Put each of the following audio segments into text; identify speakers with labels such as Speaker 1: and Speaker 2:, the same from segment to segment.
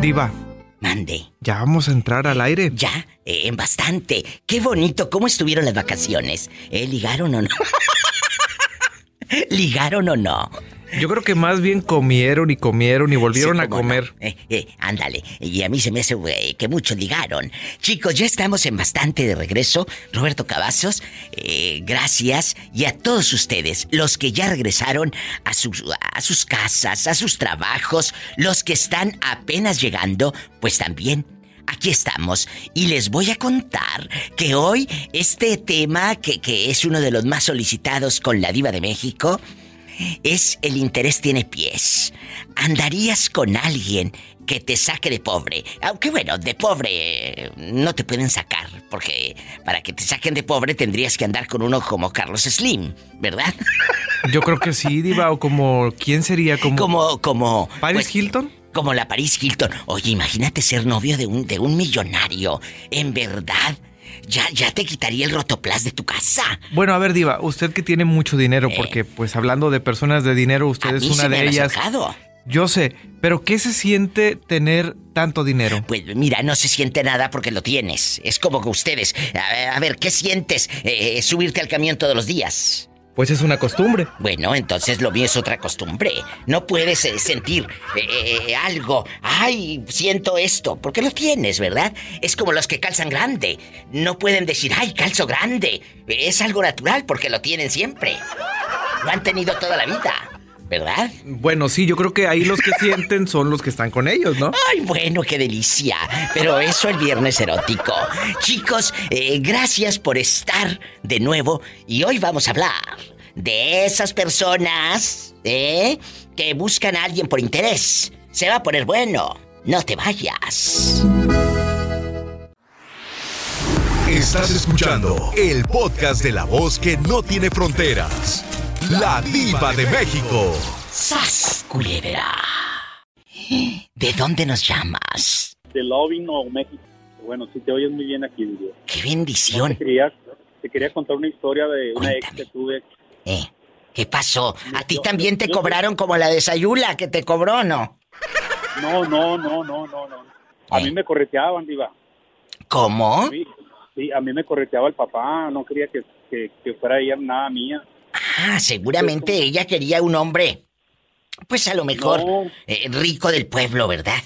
Speaker 1: Diva,
Speaker 2: Mande.
Speaker 1: ya vamos a entrar al aire.
Speaker 2: Ya, eh, en bastante. Qué bonito, ¿cómo estuvieron las vacaciones? ¿Eh, ¿Ligaron o no? ¿Ligaron o no?
Speaker 1: Yo creo que más bien comieron y comieron y volvieron
Speaker 2: Sí,
Speaker 1: a
Speaker 2: cómo no.
Speaker 1: comer.
Speaker 2: Eh, eh, ándale, y a mí se me hace güey, que muchos ligaron. Chicos, ya estamos en bastante de regreso. Roberto Cavazos, eh, gracias. Y a todos ustedes, los que ya regresaron a sus, a sus casas, a sus trabajos, los que están apenas llegando, pues también. Aquí estamos y les voy a contar que hoy este tema, que, que es uno de los más solicitados con la diva de México, es el interés tiene pies. ¿Andarías con alguien que te saque de pobre? Aunque bueno, de pobre eh, no te pueden sacar, porque para que te saquen de pobre tendrías que andar con uno como Carlos Slim, ¿verdad?
Speaker 1: Yo creo que sí, Diva, o como, ¿quién sería? Como,
Speaker 2: Como, como. pues,
Speaker 1: Paris Hilton.
Speaker 2: Como la Paris Hilton. Oye, imagínate ser novio de un, de un millonario. En verdad, ya, ya te quitaría el rotoplas de tu casa.
Speaker 1: Bueno, a ver, Diva, usted que tiene mucho dinero,
Speaker 2: Eh.
Speaker 1: porque pues hablando de personas de dinero, usted
Speaker 2: A
Speaker 1: es
Speaker 2: mí
Speaker 1: una
Speaker 2: se me
Speaker 1: de
Speaker 2: han
Speaker 1: ellas.
Speaker 2: acercado.
Speaker 1: Yo sé, pero ¿qué se siente tener tanto dinero?
Speaker 2: Pues mira, no se siente nada porque lo tienes. Es como que ustedes. A ver, a ver, ¿qué sientes? Eh, eh, subirte al camión todos los días.
Speaker 1: Pues es una costumbre.
Speaker 2: Bueno, entonces lo mío es otra costumbre. No puedes eh, sentir eh, eh, algo. Ay, siento esto. Porque lo tienes, ¿verdad? Es como los que calzan grande. No pueden decir, ay, calzo grande. Es algo natural porque lo tienen siempre. Lo han tenido toda la vida, ¿verdad?
Speaker 1: Bueno, sí, yo creo que ahí los que sienten son los que están con ellos, ¿no?
Speaker 2: Ay, bueno, qué delicia. Pero eso el viernes erótico. Chicos, eh, gracias por estar de nuevo y hoy vamos a hablar de esas personas, ¿eh? Que buscan a alguien por interés. Se va a poner bueno. No te vayas.
Speaker 3: Estás escuchando el podcast de la voz que no tiene fronteras. La diva de México.
Speaker 2: ¡Sas, culebra! ¿De dónde nos llamas?
Speaker 4: de Loving o México. Bueno, si te oyes muy bien aquí, diría.
Speaker 2: ¡Qué
Speaker 4: Te
Speaker 2: bendición!
Speaker 4: quería, te quería contar una historia de una ex
Speaker 2: Cuéntame.
Speaker 4: que tuve.
Speaker 2: ¿Eh? ¿Qué pasó? ¿A ti
Speaker 4: Yo-
Speaker 2: también te
Speaker 4: yo-
Speaker 2: cobraron como la de Sayula que te cobró, no?
Speaker 4: No, no, no, no, no, no. A
Speaker 2: ¿Eh?
Speaker 4: mí me correteaban, diva.
Speaker 2: ¿Cómo?
Speaker 4: A mí, sí, a mí me correteaba el papá. No quería que, que, que fuera ella nada mía.
Speaker 2: Ah, seguramente ella quería un hombre. Pues a lo mejor
Speaker 4: No.
Speaker 2: eh, rico del pueblo, ¿verdad?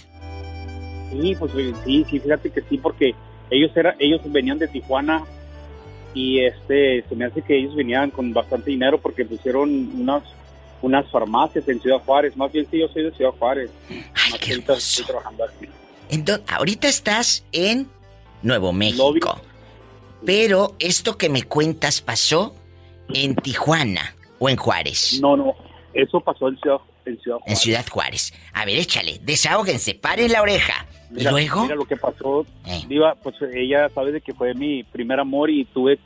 Speaker 4: Sí, pues sí, sí, sí, fíjate que sí, porque ellos era, ellos venían de Tijuana y este se me hace que ellos venían con bastante dinero porque pusieron unas unas farmacias en Ciudad Juárez. Más bien sí, yo soy de Ciudad Juárez.
Speaker 2: Ay,
Speaker 4: Más
Speaker 2: qué
Speaker 4: que ahorita estoy
Speaker 2: hermoso.
Speaker 4: trabajando aquí.
Speaker 2: Entonces, ahorita estás en Nuevo
Speaker 4: Lobby.
Speaker 2: México. Pero esto que me cuentas pasó en Tijuana o en Juárez.
Speaker 4: No, no, eso pasó en Ciudad, en Ciudad
Speaker 2: En
Speaker 4: Juárez.
Speaker 2: Ciudad Juárez. A ver, échale, desahóguense, paren la oreja.
Speaker 4: Mira,
Speaker 2: y luego.
Speaker 4: Mira lo que pasó,
Speaker 2: Eh.
Speaker 4: Diva, pues ella sabe de que fue mi primer amor y tuve,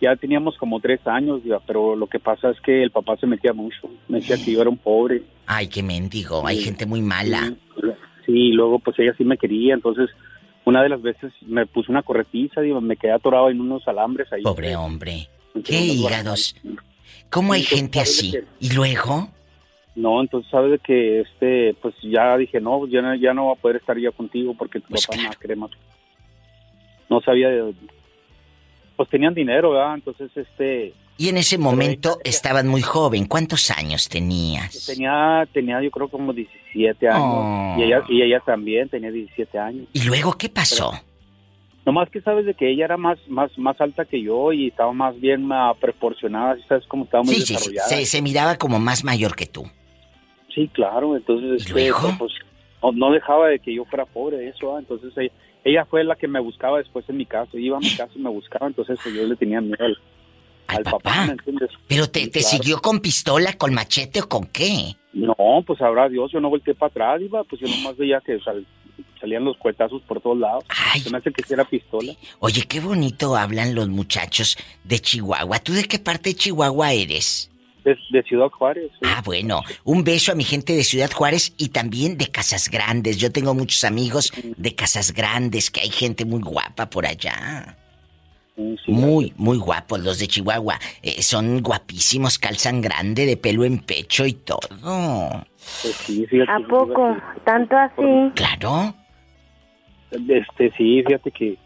Speaker 4: ya teníamos como tres años, Diva, pero lo que pasa es que el papá se metía mucho, me decía que yo era un pobre.
Speaker 2: Ay, qué mendigo, hay
Speaker 4: Sí.
Speaker 2: gente muy mala.
Speaker 4: Sí, y luego pues ella sí me quería, entonces una de las veces me puso una corretiza, Diva, me quedé atorado en unos alambres ahí.
Speaker 2: Pobre hombre.
Speaker 4: Entre
Speaker 2: Qué
Speaker 4: unos
Speaker 2: hígados. ¿Cómo hay
Speaker 4: Entonces,
Speaker 2: gente
Speaker 4: ¿sabes de
Speaker 2: así?
Speaker 4: qué?
Speaker 2: Y luego.
Speaker 4: No, entonces sabes de que este, pues ya dije, no, pues, ya no, ya no va a poder estar ya contigo porque tu
Speaker 2: Pues
Speaker 4: papá
Speaker 2: claro.
Speaker 4: no quiere más. No sabía de pues tenían dinero, ¿verdad? Entonces este
Speaker 2: Y en ese momento
Speaker 4: ella-
Speaker 2: estabas muy joven. ¿Cuántos años tenías?
Speaker 4: tenía tenía yo creo como 17 años
Speaker 2: Oh.
Speaker 4: y ella y ella también tenía 17 años.
Speaker 2: ¿Y luego qué pasó?
Speaker 4: Nomás que sabes de que ella era más más más alta que yo y estaba más bien ah, proporcionada, ¿sí ¿sabes cómo estaba muy
Speaker 2: Sí, sí, sí.
Speaker 4: desarrollada?
Speaker 2: Se, se miraba como más mayor que tú.
Speaker 4: Sí, claro, entonces
Speaker 2: ¿Y
Speaker 4: este,
Speaker 2: luego?
Speaker 4: pues, no, no dejaba de que yo fuera pobre, eso, ah, entonces eh, ella fue la que me buscaba después en mi casa, iba a mi casa y me buscaba, entonces pues, yo le tenía miedo al,
Speaker 2: Al
Speaker 4: al papá.
Speaker 2: papá.
Speaker 4: ¿me entiendes?
Speaker 2: ¿Pero te,
Speaker 4: Sí,
Speaker 2: te
Speaker 4: claro.
Speaker 2: siguió con pistola, con machete o con qué?
Speaker 4: No, pues ahora Dios, yo no volteé para atrás, iba, pues yo nomás veía que sal- salían los cuetazos por todos lados,
Speaker 2: Ay,
Speaker 4: se me hace que si era pistola,
Speaker 2: oye, qué bonito hablan los muchachos de Chihuahua. ¿Tú de qué parte de Chihuahua eres?
Speaker 4: de, de Ciudad Juárez. sí.
Speaker 2: Ah, bueno, un beso a mi gente de Ciudad Juárez y también de Casas Grandes. Yo tengo muchos amigos de Casas Grandes, que hay gente muy guapa por allá.
Speaker 4: Sí, sí,
Speaker 2: Muy, muy guapos los de Chihuahua. Eh, son guapísimos, calzan grande, de pelo en pecho y todo.
Speaker 4: pues sí, fíjate
Speaker 5: ¿A
Speaker 4: que-
Speaker 5: poco? ¿Tanto así?
Speaker 2: Claro.
Speaker 4: Este, sí, fíjate que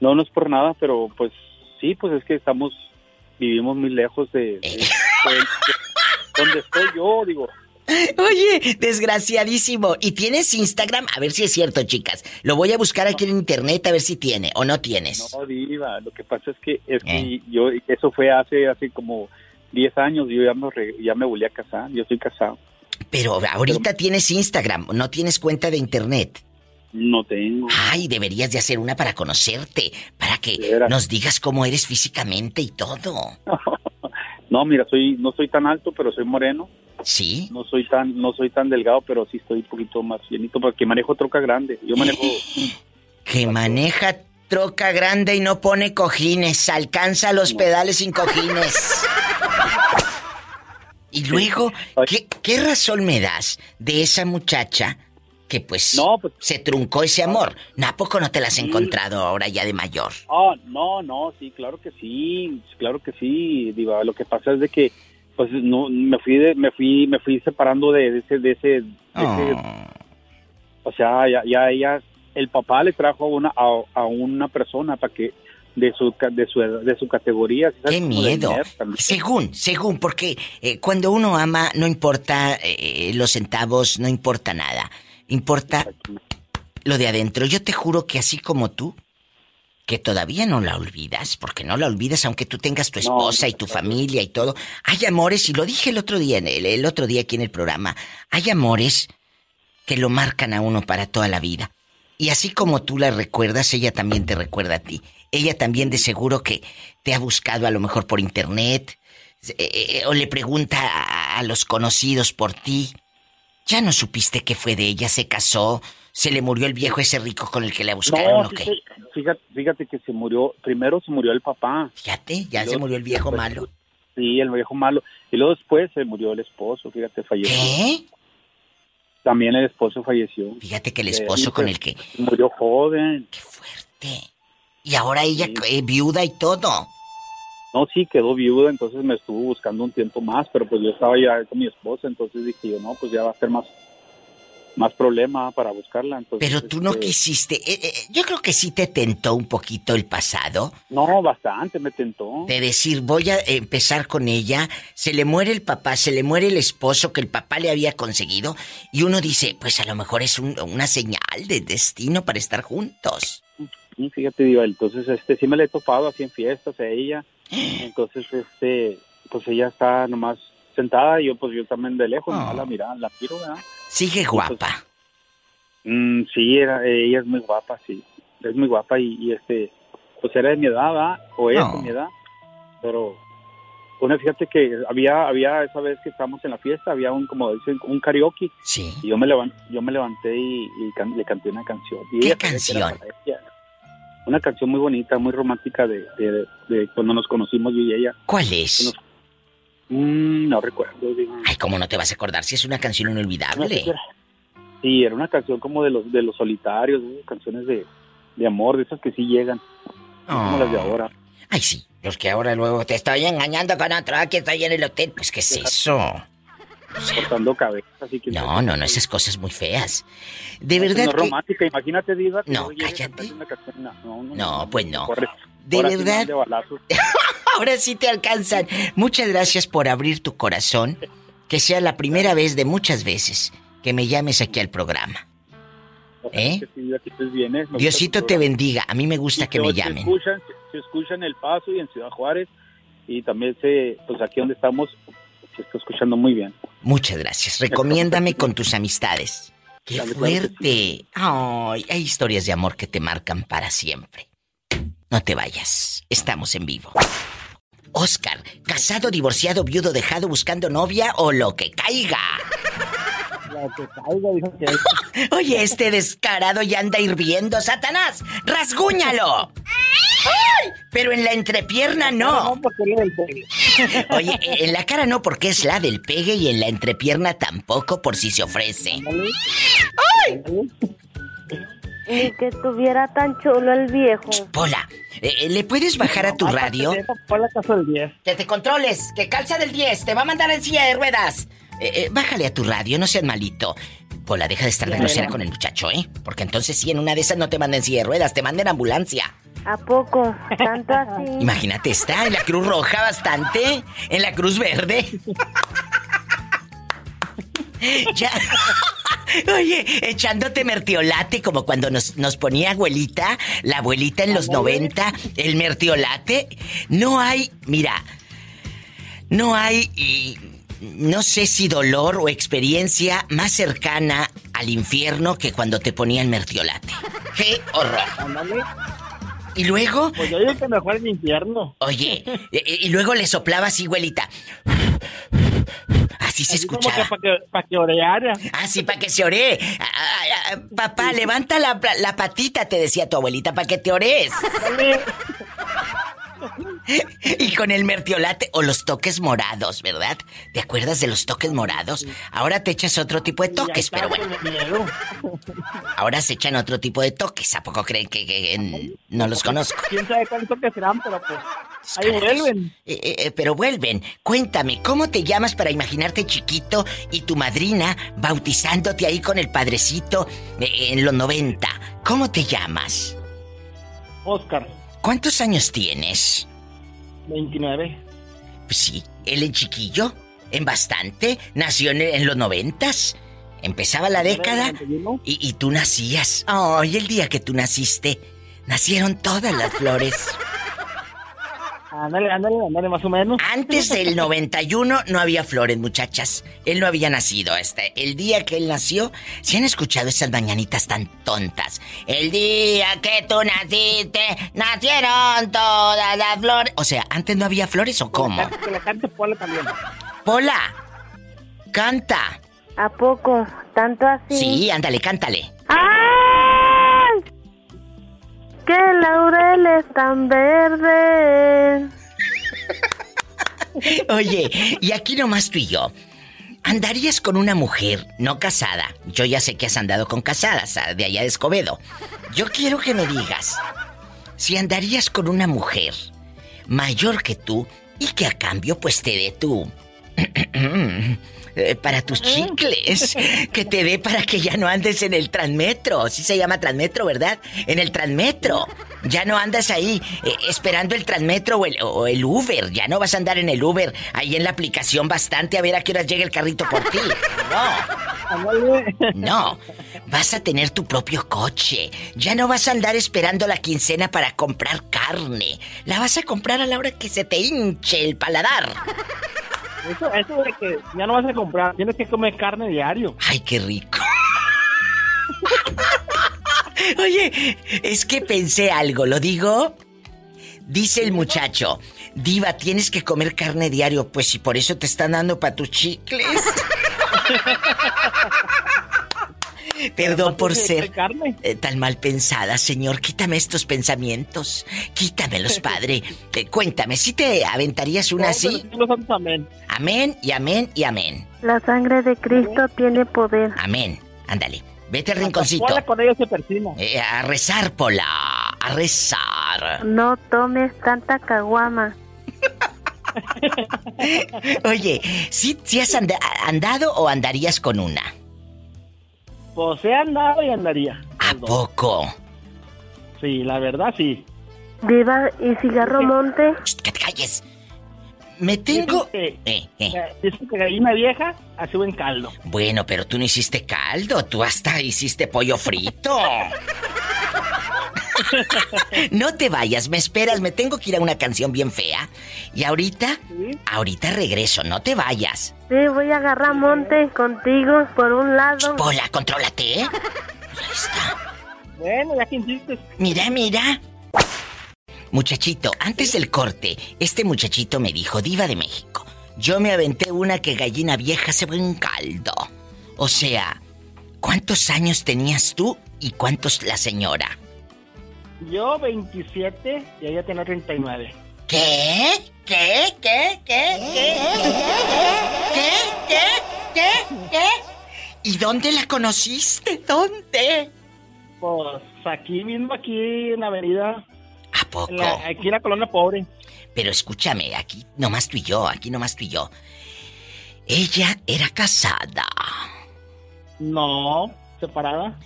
Speaker 4: no, no es por nada, pero pues sí, pues es que estamos, vivimos muy lejos de, de-
Speaker 2: Eh.
Speaker 4: de- donde estoy yo, digo.
Speaker 2: Oye, desgraciadísimo. ¿Y tienes Instagram? A ver si es cierto, chicas. Lo voy a buscar aquí en internet a ver si tiene o no tienes.
Speaker 4: No, diva, lo que pasa es que, es que
Speaker 2: Eh.
Speaker 4: yo, eso fue hace, hace como 10 años, yo ya me, re- ya me volví a casar, yo estoy casado.
Speaker 2: Pero ahorita tienes Instagram, no tienes cuenta de internet.
Speaker 4: No tengo.
Speaker 2: Ay, deberías de hacer una para conocerte, para
Speaker 4: De
Speaker 2: que
Speaker 4: veras.
Speaker 2: nos digas cómo eres físicamente y todo.
Speaker 4: No, mira, soy, no soy tan alto, pero soy moreno.
Speaker 2: ¿Sí?
Speaker 4: No soy tan, no soy tan delgado, pero sí estoy un poquito más llenito, porque manejo troca grande. Yo manejo,
Speaker 2: Que maneja troca grande y no pone cojines. Alcanza los pedales sin cojines. Y luego, ¿qué, qué razón me das de esa muchacha que pues,
Speaker 4: No, pues-
Speaker 2: se truncó ese amor? ¿No, ¿A poco no te la has encontrado ahora ya de mayor?
Speaker 4: Ah, no, no, sí, claro que sí, claro que sí, diva. Lo que pasa es de que, pues, no, me fui, de- me fui, me fui separando de, de ese, de ese, de ese-
Speaker 2: Oh,
Speaker 4: o sea, ya, ya ella, el papá le trajo a una, a, a una persona para que de su, ca- de su, de su categoría. ¿sí sabes?
Speaker 2: ¡Qué
Speaker 4: Como de
Speaker 2: miedo!
Speaker 4: nerd, ¿no?
Speaker 2: Según, según, porque eh, cuando uno ama no importa eh, los centavos, no importa nada. Importa lo de adentro, yo te juro que así como tú, que todavía no la olvidas, porque no la olvidas aunque tú tengas tu
Speaker 4: No,
Speaker 2: esposa y tu familia y todo. Hay amores, y lo dije el otro día, en el, el otro día aquí en el programa, hay amores que lo marcan a uno para toda la vida. Y así como tú la recuerdas, ella también te recuerda a ti. Ella también de seguro que te ha buscado a lo mejor por internet, eh, eh, o le pregunta a- a los conocidos por ti. Ya no supiste qué fue de ella, se casó, se le murió el viejo ese rico con el que la buscaron
Speaker 4: No,
Speaker 2: o qué.
Speaker 4: fíjate, fíjate, fíjate que se murió, primero se murió el papá.
Speaker 2: Fíjate, ya
Speaker 4: Yo-
Speaker 2: se murió el viejo malo.
Speaker 4: Sí, el viejo malo. Y luego después se murió el esposo, fíjate, falleció.
Speaker 2: ¿Qué?
Speaker 4: También el esposo falleció.
Speaker 2: Fíjate que el
Speaker 4: Eh,
Speaker 2: esposo
Speaker 4: dice-
Speaker 2: con el que.
Speaker 4: Murió joven.
Speaker 2: ¡Qué fuerte! Y ahora ella
Speaker 4: Sí.
Speaker 2: eh, viuda y todo.
Speaker 4: No, sí, quedó viuda, entonces me estuvo buscando un tiempo más, pero pues yo estaba ya con mi esposa, entonces dije yo, no, pues ya va a ser más, más problema para buscarla. Entonces,
Speaker 2: Pero tú no
Speaker 4: este,
Speaker 2: quisiste. eh, eh, yo creo que sí te tentó un poquito el pasado
Speaker 4: No, bastante, me tentó.
Speaker 2: de decir, voy a empezar con ella. Se le muere el papá, se le muere el esposo que el papá le había conseguido. Y uno dice, pues a lo mejor es un- una señal de destino para estar juntos.
Speaker 4: Sí, Fíjate, digo, entonces este sí me la he topado así en fiestas a ella. Entonces, este, pues ella está nomás sentada y yo pues yo también de lejos,
Speaker 2: Ah.
Speaker 4: nomás la mirada, la miro, ¿verdad?
Speaker 2: Sigue guapa.
Speaker 4: Mm, sí, era, ella es muy guapa, sí. Es muy guapa y, y, este, pues era de mi edad, ¿verdad? O es
Speaker 2: No.
Speaker 4: de mi edad. Pero, bueno, fíjate que había, había esa vez que estábamos en la fiesta, había un, como dicen, un karaoke.
Speaker 2: Sí.
Speaker 4: Y yo me, levan- yo me levanté y, y can- le canté una canción. Y
Speaker 2: ¿Qué
Speaker 4: ella sabía que era
Speaker 2: canción?
Speaker 4: para ella. Una canción muy bonita, muy romántica de, de- de cuando nos conocimos yo y ella.
Speaker 2: ¿Cuál es?
Speaker 4: Mm, no recuerdo, digo.
Speaker 2: Ay, ¿cómo no te vas a acordar si es una canción
Speaker 4: No sé
Speaker 2: inolvidable?
Speaker 4: qué era. Sí, era una canción como de los de los solitarios, de esas canciones de, de amor, de esas que sí llegan, no como las de
Speaker 2: Ah.
Speaker 4: ahora.
Speaker 2: Ay, sí. Los que ahora luego te estoy engañando con otro, aquí estoy en el hotel. Pues, ¿qué es eso?
Speaker 4: Cortando cabezas, así que
Speaker 2: No, no, no, esas cosas muy feas. De
Speaker 4: Eso no
Speaker 2: verdad
Speaker 4: es
Speaker 2: que...
Speaker 4: romántica, imagínate Diva, que
Speaker 2: No,
Speaker 4: yo llegue a
Speaker 2: cállate.
Speaker 4: cantarle una canción, no, no, no,
Speaker 2: No, pues no.
Speaker 4: corre.
Speaker 2: De
Speaker 4: Ahora sí
Speaker 2: verdad.
Speaker 4: van de balazos.
Speaker 2: Ahora sí te alcanzan. Muchas gracias por abrir tu corazón. Que sea la primera vez de muchas veces que me llames aquí al programa.
Speaker 4: Ojalá
Speaker 2: ¿Eh?
Speaker 4: que sí, Diva, que estés bien, ¿eh? Me gusta
Speaker 2: Diosito
Speaker 4: tu
Speaker 2: te
Speaker 4: programa.
Speaker 2: bendiga. A mí me gusta
Speaker 4: Y
Speaker 2: que
Speaker 4: se-
Speaker 2: me
Speaker 4: se
Speaker 2: llamen.
Speaker 4: Escuchan, se escuchan El Paso y en Ciudad Juárez y también se, pues aquí donde estamos se está escuchando muy bien.
Speaker 2: Muchas gracias. Recomiéndame con tus amistades. ¡Qué
Speaker 4: Claro, claro que
Speaker 2: fuerte! Ay, hay historias de amor que te marcan para siempre. No te vayas. Estamos en vivo. Oscar, casado, divorciado, viudo, dejado, buscando novia o lo que caiga. Oye, este descarado ya anda hirviendo, Satanás. ¡Rasguñalo! ¡Ay! Pero en la entrepierna no. Oye, eh, en la cara no porque es la del pegue y en la entrepierna tampoco por si se ofrece.
Speaker 5: Ni que estuviera tan chulo el viejo.
Speaker 2: Pola, Eh, eh, ¿Le puedes bajar a tu
Speaker 6: Aparte
Speaker 2: radio?
Speaker 6: de eso, fue la casa del 10.
Speaker 2: Que te controles, que calza del 10, te va a mandar en silla de ruedas. Eh, eh, bájale a tu radio, no seas malito. Pola, deja de estar de
Speaker 6: Ya,
Speaker 2: grosera
Speaker 6: ya.
Speaker 2: con el muchacho, ¿eh? Porque entonces sí, en una de esas no te mandan en silla de ruedas, te mandan en ambulancia.
Speaker 5: ¿A poco? ¿Tanto así?
Speaker 2: Imagínate, está en la Cruz Roja bastante, en la Cruz Verde. ya. Oye, echándote mertiolate como cuando nos, nos ponía abuelita, la abuelita en los 90, el mertiolate. No hay, mira, no hay, y, no sé si dolor o experiencia más cercana al infierno que cuando te ponían mertiolate. ¡Qué horror!
Speaker 6: Ándale.
Speaker 2: Y luego,
Speaker 6: Pues yo digo que mejor en infierno.
Speaker 2: Oye, y, y luego le soplaba así, güelita. Así se
Speaker 6: Así como que
Speaker 2: escuchaba.
Speaker 6: para que, pa' que oreara.
Speaker 2: Así para que se ore. Ah, ah, ah, Papá, levanta la, la patita, te decía tu abuelita, para que te ores.
Speaker 6: Ándale.
Speaker 2: Y con el mertiolate o los toques morados, ¿verdad? ¿Te acuerdas de los toques morados? Ahora te echas otro tipo de
Speaker 6: Y ahí
Speaker 2: toques,
Speaker 6: está,
Speaker 2: pero bueno,
Speaker 6: con el miedo.
Speaker 2: ahora se echan otro tipo de toques. ¿A poco creen que, que- que no los conozco?
Speaker 6: Quién sabe cuánto que serán, pero pues. Ahí vuelven.
Speaker 2: Eh, eh, eh, pero vuelven. Cuéntame, ¿cómo te llamas para imaginarte chiquito y tu madrina bautizándote ahí con el padrecito eh, en los 90? ¿Cómo te llamas?
Speaker 6: Oscar,
Speaker 2: ¿Cuántos años tienes?
Speaker 6: 29.
Speaker 2: Pues sí, él en chiquillo, en bastante, nació en, en los 90. Empezaba la década
Speaker 6: 91.
Speaker 2: y, y tú nacías. Ay, el día que tú naciste, nacieron todas las flores.
Speaker 6: Ándale, ándale, ándale, más o menos.
Speaker 2: Antes del 91 no había flores, muchachas. Él no había nacido. Hasta el día que él nació, ¿se han escuchado esas mañanitas tan tontas? El día que tú naciste, nacieron todas las flores. O sea, antes no había flores o cómo?
Speaker 6: Que la cante Pola también.
Speaker 2: Pola, canta.
Speaker 5: ¿A poco? ¿Tanto así?
Speaker 2: Sí, ándale, cántale. ¡Ah!
Speaker 5: ¡Ay! ¡Qué laureles tan verdes!
Speaker 2: Oye, y aquí nomás tú y yo. ¿Andarías con una mujer no casada? Yo ya sé que has andado con casadas ah, de allá de Escobedo. Yo quiero que me digas si andarías con una mujer mayor que tú y que a cambio pues te dé tu... eh, para tus chicles, que te dé para que ya no andes en el transmetro, sí se llama transmetro, ¿verdad? En el transmetro, ya no andas ahí eh, esperando el transmetro o el, o el Uber, ya no vas a andar en el Uber, ahí en la aplicación bastante a ver a qué horas llega el carrito por ti, no.
Speaker 6: Ándale.
Speaker 2: No, vas a tener tu propio coche. Ya no vas a andar esperando la quincena para comprar carne. La vas a comprar a la hora que se te hinche el paladar.
Speaker 6: Eso, eso de que ya no vas a comprar, tienes que comer carne diario.
Speaker 2: Ay, qué rico. Oye, es que pensé algo, ¿lo digo? Dice el muchacho, Diva, tienes que comer carne diario, pues si por eso te están dando para tus chicles. Perdón por
Speaker 6: Aparte de- de
Speaker 2: ser
Speaker 6: carne.
Speaker 2: Eh, tan mal pensada, señor. Quítame estos pensamientos. Quítamelos, padre. Eh, cuéntame, ¿si te aventarías una
Speaker 6: No,
Speaker 2: así?
Speaker 6: pero sí, los santos, amén.
Speaker 2: Amén y amén y amén.
Speaker 5: La sangre de Cristo tiene poder.
Speaker 2: Amén. Ándale. Vete al
Speaker 6: Hasta
Speaker 2: rinconcito.
Speaker 6: Pola con ellos se persina.
Speaker 2: Eh, a rezar, Pola. A rezar.
Speaker 5: No tomes tanta caguama.
Speaker 2: Oye, ¿sí, sí has anda- andado o andarías con una?
Speaker 6: Pues se andaba y andaría.
Speaker 2: ¿A poco?
Speaker 6: Sí, la verdad sí.
Speaker 5: Diva y cigarro monte.
Speaker 2: Shh, que te calles. Me tengo...
Speaker 6: Dicen que,
Speaker 2: Eh, eh.
Speaker 6: eh, dicen que gallina vieja hace buen caldo.
Speaker 2: Bueno, pero tú no hiciste caldo, tú hasta hiciste pollo frito. no te vayas, me esperas, me tengo que ir a una canción bien fea. Y ahorita,
Speaker 6: Sí.
Speaker 2: ahorita regreso, no te vayas.
Speaker 5: Sí, voy a agarrar monte contigo por un lado.
Speaker 2: Pola, contrólate, ¿eh? Ahí está.
Speaker 6: Bueno, ya que insistes.
Speaker 2: Mira, mira. Muchachito, antes del corte, este muchachito me dijo, diva de México, yo me aventé una que gallina vieja se ve en caldo. O sea, ¿cuántos años tenías tú y cuántos la señora?
Speaker 6: Yo 27 y ella tenía 39.
Speaker 2: ¿Qué? ¿Qué? ¿Qué? ¿Qué? ¿Qué? ¿Qué? ¿Qué? ¿Qué? ¿Qué? ¿Y dónde la conociste? ¿Dónde?
Speaker 6: Pues aquí mismo, aquí en la avenida.
Speaker 2: ¿A poco?
Speaker 6: La- aquí en la colonia pobre.
Speaker 2: Pero escúchame, aquí nomás tú y yo, aquí nomás tú y yo. Ella era casada
Speaker 6: No, separada.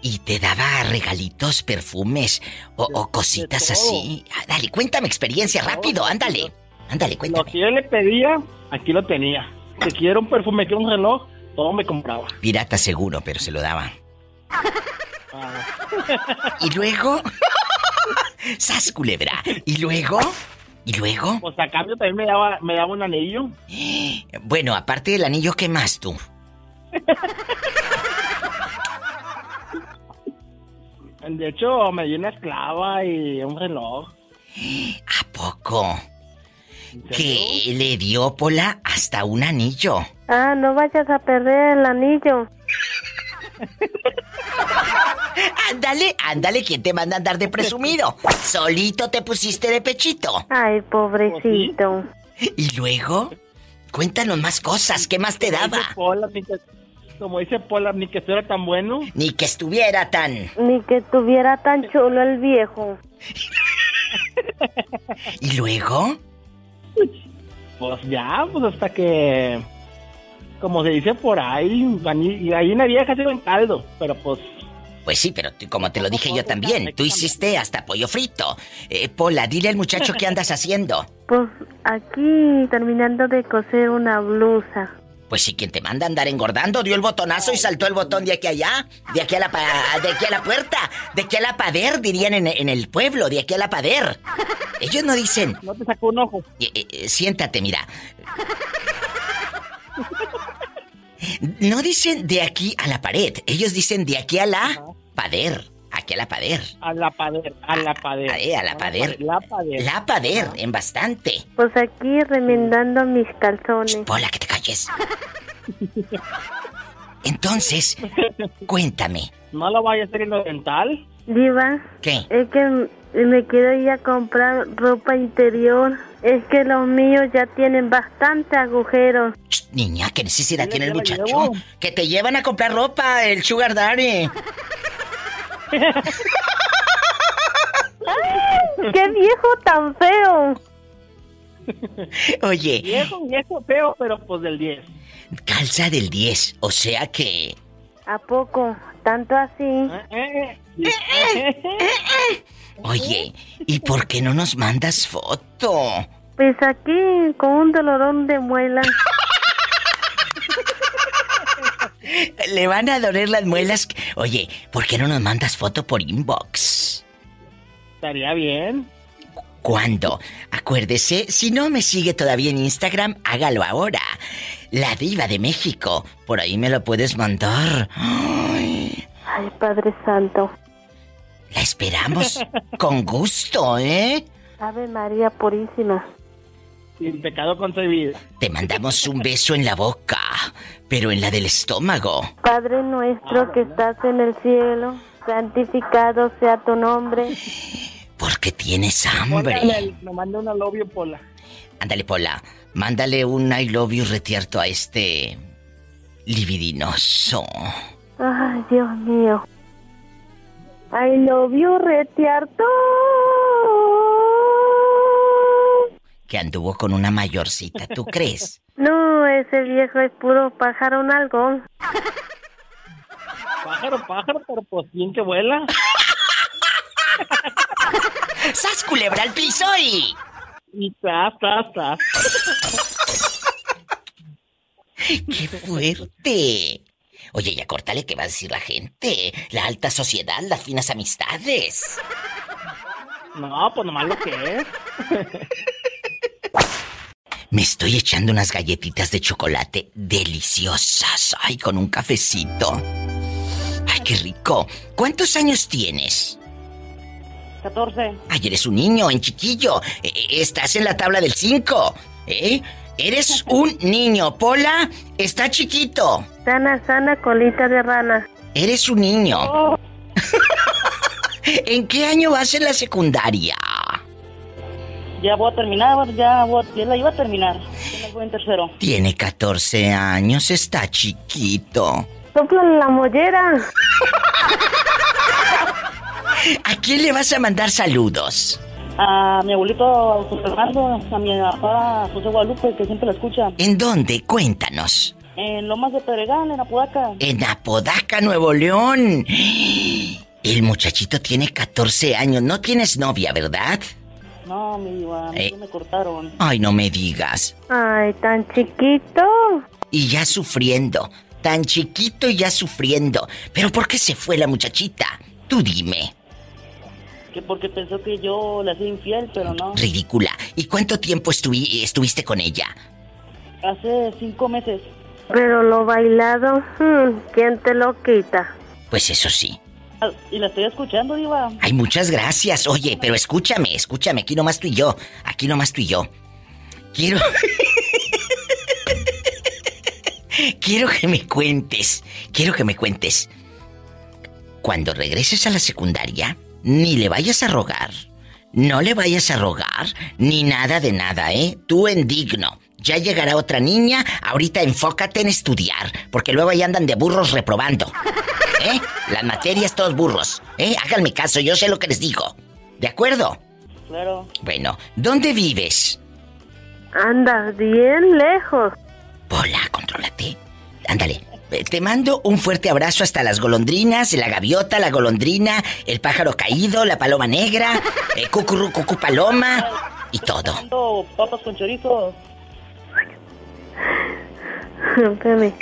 Speaker 2: y te daba regalitos, perfumes o, o cositas
Speaker 6: de todo.
Speaker 2: así. Ah, Dale, cuéntame experiencia, rápido, ándale. Ándale,
Speaker 6: Lo
Speaker 2: cuéntame.
Speaker 6: que yo le pedía, aquí lo tenía. Si quiero un perfume, quiero un reloj, todo me compraba.
Speaker 2: Pirata seguro, pero se lo daba.
Speaker 6: Ah,
Speaker 2: Y luego... ¡Sas, culebra! Y luego... Y luego...
Speaker 6: pues a cambio también me daba, me daba un anillo.
Speaker 2: Bueno, aparte del anillo, ¿qué más tú?
Speaker 6: De hecho, me dio una esclava y un reloj.
Speaker 2: ¿A poco? Que le dio Pola hasta un anillo.
Speaker 5: Ah, no vayas a perder el anillo.
Speaker 2: Ándale, ándale, ¿quién te manda a andar de presumido? Solito te pusiste de pechito.
Speaker 6: Pues
Speaker 5: Ay, pobrecito.
Speaker 2: Y luego, cuéntanos más cosas, ¿qué más te
Speaker 6: Como
Speaker 2: daba?
Speaker 6: dice Pola, ni que, como dice Pola, ni que fuera tan bueno.
Speaker 2: Ni que estuviera tan.
Speaker 5: Ni que tuviera tan chulo el viejo.
Speaker 2: Y luego,
Speaker 6: Pues ya, pues hasta que. Como se dice por ahí, gani- gallina vieja se va en caldo. Pero pues,
Speaker 2: pues sí, pero tú- como te lo dije yo también, tú hiciste hasta pollo frito. Eh, Pola, dile al muchacho qué andas haciendo.
Speaker 5: Pues aquí terminando de coser una blusa.
Speaker 2: Pues si quien te manda a andar engordando dio el botonazo y saltó el botón de aquí a allá, de aquí a la pa- de aquí a la puerta, de aquí a la pader, dirían en, en el pueblo, de aquí a la pader. Ellos no dicen,
Speaker 6: no te sacó un ojo.
Speaker 2: eh, eh, eh, siéntate, mira. No dicen de aquí a la pared, ellos dicen de aquí a la pader, aquí a la pader.
Speaker 6: A la pader, a la pader.
Speaker 2: Ahí, a la pader.
Speaker 6: La pader.
Speaker 2: La pader, en bastante.
Speaker 5: Pues aquí remendando mis calzones.
Speaker 2: Pola, que te calles. Entonces, cuéntame,
Speaker 6: No lo vaya a hacer en oriental.
Speaker 5: Diva,
Speaker 2: ¿qué?
Speaker 5: es que m- me quiero ir a comprar ropa interior. Es que los míos ya tienen bastante agujeros.
Speaker 2: Ch, Niña, ¿qué necesidad
Speaker 6: Yo
Speaker 2: tiene el
Speaker 6: ya la
Speaker 2: muchacho?
Speaker 6: llevo.
Speaker 2: Que te llevan a comprar ropa, el sugar daddy.
Speaker 5: ¡Qué viejo tan feo!
Speaker 2: Oye,
Speaker 6: Viejo, viejo, feo, pero pues del 10.
Speaker 2: calza del 10, o sea que...
Speaker 5: ¿A poco? ¿Tanto así?
Speaker 6: Eh, eh, eh.
Speaker 2: Oye, ¿y por qué no nos mandas foto?
Speaker 5: Pues aquí con un dolorón de muela.
Speaker 2: Le van a doler las muelas. Oye, ¿por qué no nos mandas foto por inbox?
Speaker 6: Estaría bien.
Speaker 2: ¿Cuándo? Acuérdese, si no me sigue todavía en Instagram, hágalo ahora. La diva de México, por ahí me lo puedes mandar. Ay,
Speaker 5: Ay, Padre Santo.
Speaker 2: la esperamos con gusto, ¿eh?
Speaker 5: Ave María Purísima.
Speaker 6: Sin pecado concebido.
Speaker 2: Te mandamos un beso en la boca, pero en la del estómago.
Speaker 5: Padre nuestro que estás en el cielo, santificado sea tu nombre.
Speaker 2: Porque tienes
Speaker 6: Póngale
Speaker 2: hambre.
Speaker 6: el- Me manda una lobio pola.
Speaker 2: Ándale, Pola. Mándale un I love you retierto a este. libidinoso.
Speaker 5: Ay, Dios mío. I love you, retiarto.
Speaker 2: que anduvo con una mayorcita, ¿tú crees?
Speaker 5: No, ese viejo es puro pájaro un algón.
Speaker 6: Pájaro, pájaro, pero pues bien que vuela.
Speaker 2: ¡Sas culebra al piso y!
Speaker 6: Y tras, tras, tras.
Speaker 2: ¡Qué fuerte! Oye, ya córtale que va a decir la gente. La alta sociedad, las finas amistades.
Speaker 6: No, pues nomás lo que es.
Speaker 2: Me estoy echando unas galletitas de chocolate deliciosas. Ay, con un cafecito. Ay, qué rico. ¿Cuántos años tienes?
Speaker 7: 14.
Speaker 2: Ay, eres un niño, en chiquillo. E- e- Estás en la tabla del 5. ¿Eh? Eres un niño, Pola. Está chiquito.
Speaker 5: Sana, sana, colita de rana. Oh.
Speaker 2: Eres un niño. ¿En qué año vas en la secundaria?
Speaker 7: Ya voy a terminar, ya, voy a- ya la iba a terminar. Ya me voy en tercero.
Speaker 2: Tiene 14 años, está chiquito.
Speaker 5: Sopla la mollera.
Speaker 2: ¿A quién le vas a mandar saludos?
Speaker 7: A mi abuelito, a José Fernando, a mi papá, a José Guadalupe, que siempre la escucha.
Speaker 2: ¿En dónde? Cuéntanos.
Speaker 7: En Lomas de Pedregal, en Apodaca.
Speaker 2: En Apodaca, Nuevo León. El muchachito tiene 14 años. No tienes novia, ¿verdad?
Speaker 7: No, mi diva, a mí
Speaker 2: Eh.
Speaker 7: sí me cortaron.
Speaker 2: Ay, no me digas.
Speaker 5: Ay, tan chiquito.
Speaker 2: Y ya sufriendo. Tan chiquito y ya sufriendo. Pero ¿por qué se fue la muchachita? Tú dime.
Speaker 7: Que porque pensó que yo le hacía infiel, pero no.
Speaker 2: Ridícula. ¿Y cuánto tiempo estuvi- estuviste con ella?
Speaker 7: Hace cinco meses.
Speaker 5: Pero lo bailado, hmm, ¿quién te lo quita?
Speaker 2: Pues eso sí.
Speaker 7: Ah, Y la estoy escuchando, diva.
Speaker 2: Ay, muchas gracias. Oye, pero escúchame, escúchame. Aquí nomás tú y yo. Aquí nomás tú y yo. Quiero. quiero que me cuentes. Quiero que me cuentes. Cuando regreses a la secundaria, ni le vayas a rogar. No le vayas a rogar, ni nada de nada, ¿eh? Tú en digno. Ya llegará otra niña, ahorita enfócate en estudiar, porque luego ahí andan de burros reprobando. ¿Eh? Las materias todos burros. ¿Eh? Háganme caso, yo sé lo que les digo. ¿De acuerdo?
Speaker 7: Claro.
Speaker 2: Bueno, ¿dónde vives?
Speaker 5: Andas bien lejos.
Speaker 2: Hola, contrólate. Ándale. Eh, Te mando un fuerte abrazo hasta las golondrinas, la gaviota, la golondrina, el pájaro caído, la paloma negra, el cucurru cucú paloma y todo.
Speaker 7: Haciendo papas con chorizo.
Speaker 5: Espérame.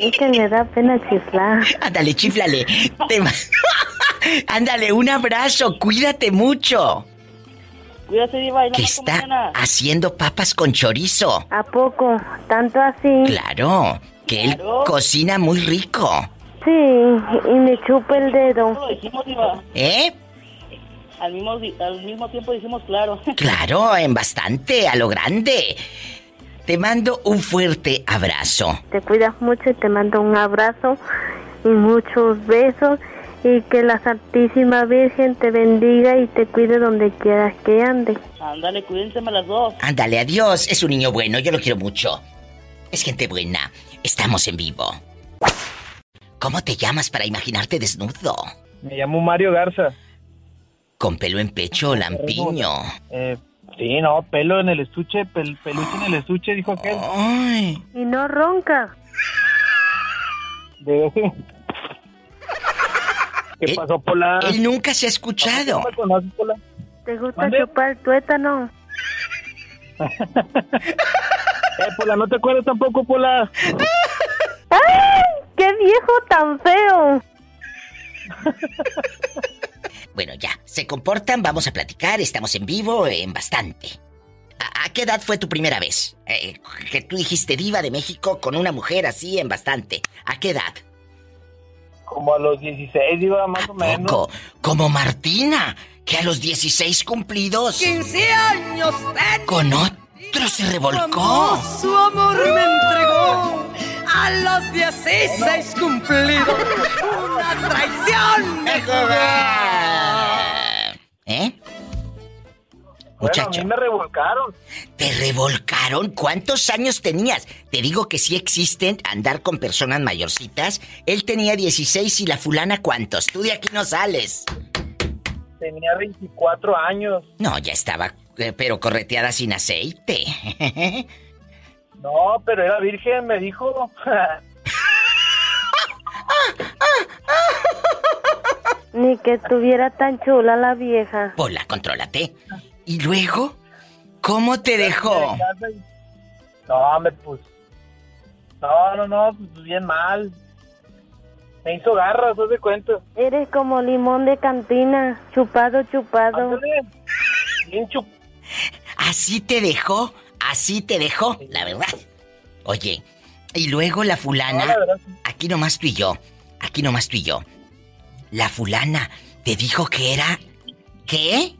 Speaker 5: Es que me da pena chiflar.
Speaker 2: Ándale, chiflale. Te ma- Ándale, un abrazo, cuídate mucho.
Speaker 7: Cuídate, diva. Y no
Speaker 2: Que
Speaker 7: más como
Speaker 2: está
Speaker 7: mañana.
Speaker 2: haciendo papas con chorizo.
Speaker 5: ¿A poco? ¿Tanto así?
Speaker 2: Claro, que él
Speaker 7: Claro.
Speaker 2: cocina muy rico.
Speaker 5: Sí, y me chupa el
Speaker 7: No
Speaker 5: dedo.
Speaker 7: Lo dijimos, diva.
Speaker 2: ¿Eh?
Speaker 7: Al mismo, di- al mismo tiempo dijimos, claro.
Speaker 2: Claro, en bastante, a lo grande. Te mando un fuerte abrazo.
Speaker 5: Te cuidas mucho y te mando un abrazo y muchos besos. Y que la Santísima Virgen te bendiga y te cuide donde quieras que andes.
Speaker 7: Ándale, cuídense las dos.
Speaker 2: Ándale, adiós. Es un niño bueno, yo lo quiero mucho. Es gente buena. Estamos en vivo. ¿Cómo te llamas para imaginarte desnudo?
Speaker 6: Me llamo Mario Garza.
Speaker 2: Con pelo en pecho o lampiño.
Speaker 6: Eh, sí, no, pelo en el estuche, pel- peluche en el estuche, dijo aquel.
Speaker 2: Ay.
Speaker 5: Y no ronca.
Speaker 6: De- ¿Qué
Speaker 2: Eh,
Speaker 6: pasó, Pola?
Speaker 2: Él nunca se ha
Speaker 6: ¿No
Speaker 2: escuchado.
Speaker 6: me conoces, Pola?
Speaker 5: ¿Te gusta
Speaker 6: ¿Mande?
Speaker 5: chupar tuétano?
Speaker 6: Eh, Pola, no te acuerdas tampoco, Pola.
Speaker 5: ¡Qué viejo tan feo!
Speaker 2: Bueno, ya. Se comportan, vamos a platicar. Estamos en vivo, en bastante. ¿A, a qué edad fue tu primera vez? Eh, que tú dijiste diva de México con una mujer así, en bastante. ¿A qué edad?
Speaker 6: Como a los 16,
Speaker 8: Ah,
Speaker 6: iba más o menos.
Speaker 2: Poco. Como Martina, que a los 16 cumplidos.
Speaker 8: 15 años tenía,
Speaker 2: Con otro se revolcó.
Speaker 8: cuando Su amor me entregó a los 16 cumplidos. Una traición me
Speaker 2: ¿Eh?
Speaker 6: Bueno, a
Speaker 2: Muchacho,
Speaker 6: mí me revolcaron.
Speaker 2: te revolcaron. ¿Cuántos años tenías? Te digo que sí existen andar con personas mayorcitas. Él tenía 16 y la fulana cuántos. Tú de aquí no sales.
Speaker 6: Tenía 24 años.
Speaker 2: No, ya estaba, eh, pero correteada sin aceite.
Speaker 6: No, pero era virgen, me dijo.
Speaker 5: Ni que estuviera tan chula la vieja.
Speaker 2: Pola, contrólate. ¿Y luego? ¿Cómo te dejó?
Speaker 6: No, me pues. No, no, no, pues bien mal. Me hizo garras, haz de cuenta.
Speaker 5: Eres como limón de cantina, chupado, chupado.
Speaker 6: Ándale. Bien chup.
Speaker 2: Así te dejó, así te dejó, la verdad. Oye, y luego la
Speaker 6: No,
Speaker 2: fulana,
Speaker 6: la verdad, sí.
Speaker 2: aquí nomás tú y yo, aquí nomás tú y yo. La fulana te dijo que era... ¿Qué?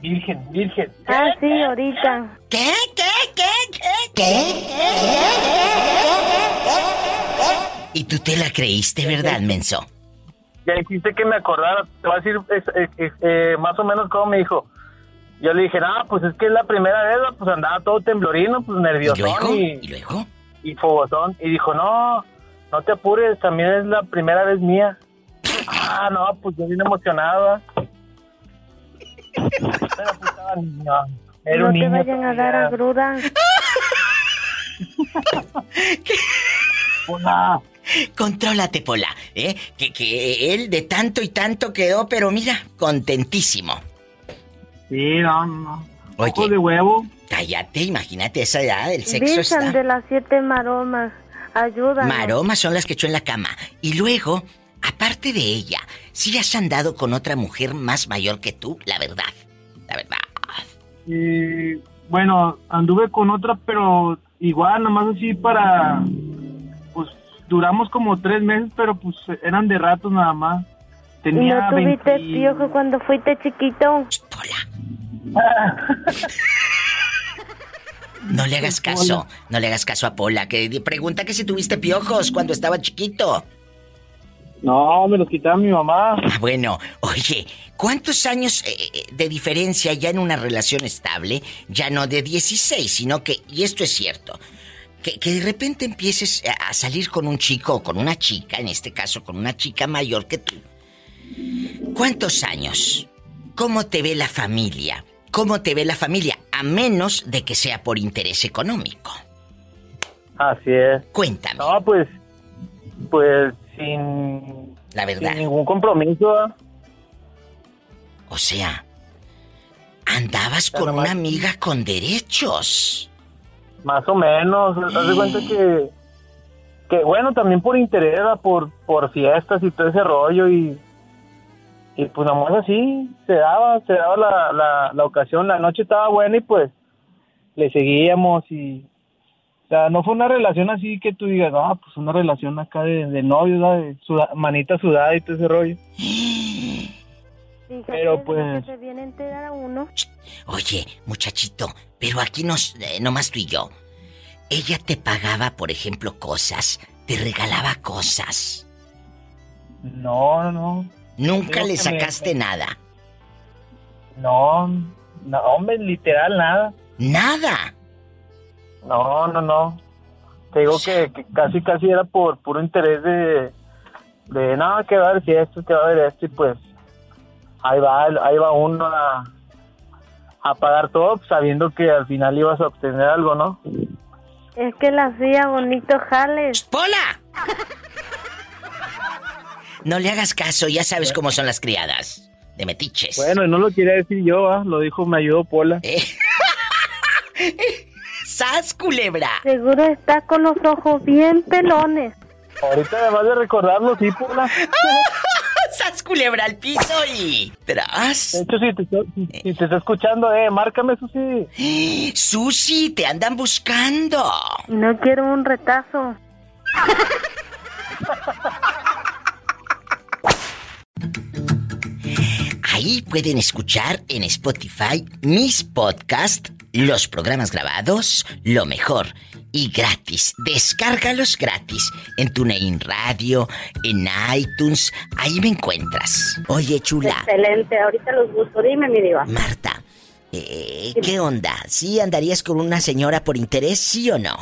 Speaker 6: virgen, virgen.
Speaker 5: Ah, sí, ahorita.
Speaker 2: ¿Qué? ¿Qué? ¿Qué? ¿Qué? ¿Qué? Y tú te la creíste, ¿verdad, menso?
Speaker 6: Ya hiciste que me acordara. Te voy a decir es- es- es- eh, más o menos cómo me dijo. Yo le dije, no, pues es que es la primera vez, ¿no? pues andaba todo temblorino, pues
Speaker 2: ¿Y
Speaker 6: nervioso.
Speaker 2: luego?
Speaker 6: y-
Speaker 2: ¿Y luego?
Speaker 6: y fogosón y dijo, no, no te apures, también es la primera vez mía. Ah, no, pues yo bien emocionada. Pero pues estaba niño. Era
Speaker 5: no
Speaker 6: un
Speaker 5: te
Speaker 6: niño.
Speaker 5: vayan a dar
Speaker 6: todavía.
Speaker 5: agrura.
Speaker 6: Hola.
Speaker 2: Contrólate, Pola, ¿eh? Que, que él de tanto y tanto quedó, pero mira, contentísimo.
Speaker 6: Sí, no, no.
Speaker 2: Oye.
Speaker 6: Ojo de huevo.
Speaker 2: Cállate, imagínate esa edad, el sexo
Speaker 5: Virgen de
Speaker 2: está...
Speaker 5: las siete maromas, ayúdanos.
Speaker 2: Maromas son las que echó en la cama. Y luego, aparte de ella, si has andado con otra mujer más mayor que tú, la verdad. La verdad.
Speaker 6: Eh, bueno, anduve con otra, pero igual, nomás así para. Pues duramos como tres meses, pero pues eran de ratos nada más.
Speaker 5: ¿Y
Speaker 6: Tenía
Speaker 5: no tuviste
Speaker 6: 20
Speaker 5: piojo cuando fuiste chiquito?
Speaker 2: Ch, Pola. No le hagas caso, no le hagas caso a Pola, que di- pregunta que si tuviste piojos cuando estaba chiquito.
Speaker 6: No, me los quitaba mi mamá.
Speaker 2: Ah, bueno, oye, ¿cuántos años eh, eh, de diferencia ya en una relación estable? Ya no de 16, sino que, y esto es cierto, que, que de repente empieces a- a salir con un chico o con una chica, en este caso con una chica mayor que tú. ¿Cuántos años? ¿Cómo te ve la familia? ¿Cómo te ve la familia? A menos de que sea por interés económico.
Speaker 6: Así es.
Speaker 2: Cuéntame,
Speaker 6: No, pues. Pues sin.
Speaker 2: la
Speaker 6: Sin
Speaker 2: verdad.
Speaker 6: ningún compromiso. ¿ah?
Speaker 2: O sea, andabas
Speaker 6: Nada
Speaker 2: con
Speaker 6: más.
Speaker 2: una amiga con derechos.
Speaker 6: Más o menos, haz de cuenta que, que bueno, también por interés, ¿verdad? por, por fiestas y todo ese rollo y, y pues nomás así, se daba, se daba la, la, la ocasión, la noche estaba buena y pues le seguíamos y, o sea, no fue una relación así que tú digas, ah, pues una relación acá de, de novios, ¿verdad? de suda- manita sudada y todo ese rollo.
Speaker 5: Fíjate
Speaker 6: Pero,
Speaker 5: de lo que
Speaker 6: pues-
Speaker 5: se viene a enterar a uno.
Speaker 2: Oye, muchachito, pero aquí nos, eh, nomás tú y yo. Ella te pagaba, por ejemplo, cosas, te regalaba cosas.
Speaker 6: No, no, no,
Speaker 2: Nunca
Speaker 6: Creo
Speaker 2: le
Speaker 6: que me-
Speaker 2: sacaste nada.
Speaker 6: no, no, hombre, literal nada.
Speaker 2: Nada.
Speaker 6: No, no, no. Te digo que, que casi, casi era por puro interés de, de no, que va a haber fiestas, que va a haber esto, y pues ahí va, ahí va uno a, a pagar todo, pues, sabiendo que al final ibas a obtener algo, ¿no?
Speaker 5: Es que la hacía bonito jales.
Speaker 2: ¡Pola! No le hagas caso, ya sabes cómo son las criadas. De metiches.
Speaker 6: Bueno, y no lo quería decir yo, ¿va? lo dijo, me ayudó Pola.
Speaker 2: Eh. ¡Sas, culebra!
Speaker 5: Seguro está con los ojos bien pelones.
Speaker 6: Ahorita además de recordarlo, sí, Pola.
Speaker 2: ¡Sas, culebra al piso y...
Speaker 6: De
Speaker 2: ¡Tras!
Speaker 6: hecho, si te, está- si- si te está escuchando, eh, márcame, eso sí.
Speaker 2: ¡Susi, Pues te andan buscando!
Speaker 5: No quiero un retazo.
Speaker 2: Ahí pueden escuchar en Spotify mis podcasts, los programas grabados, lo mejor y gratis. Descárgalos gratis en TuneIn Radio, en iTunes, ahí me encuentras. Oye, chula,
Speaker 5: Excelente, ahorita los busco. Dime, mi diva.
Speaker 2: Marta, eh, ¿qué onda? ¿Sí andarías con una señora por interés, sí o no?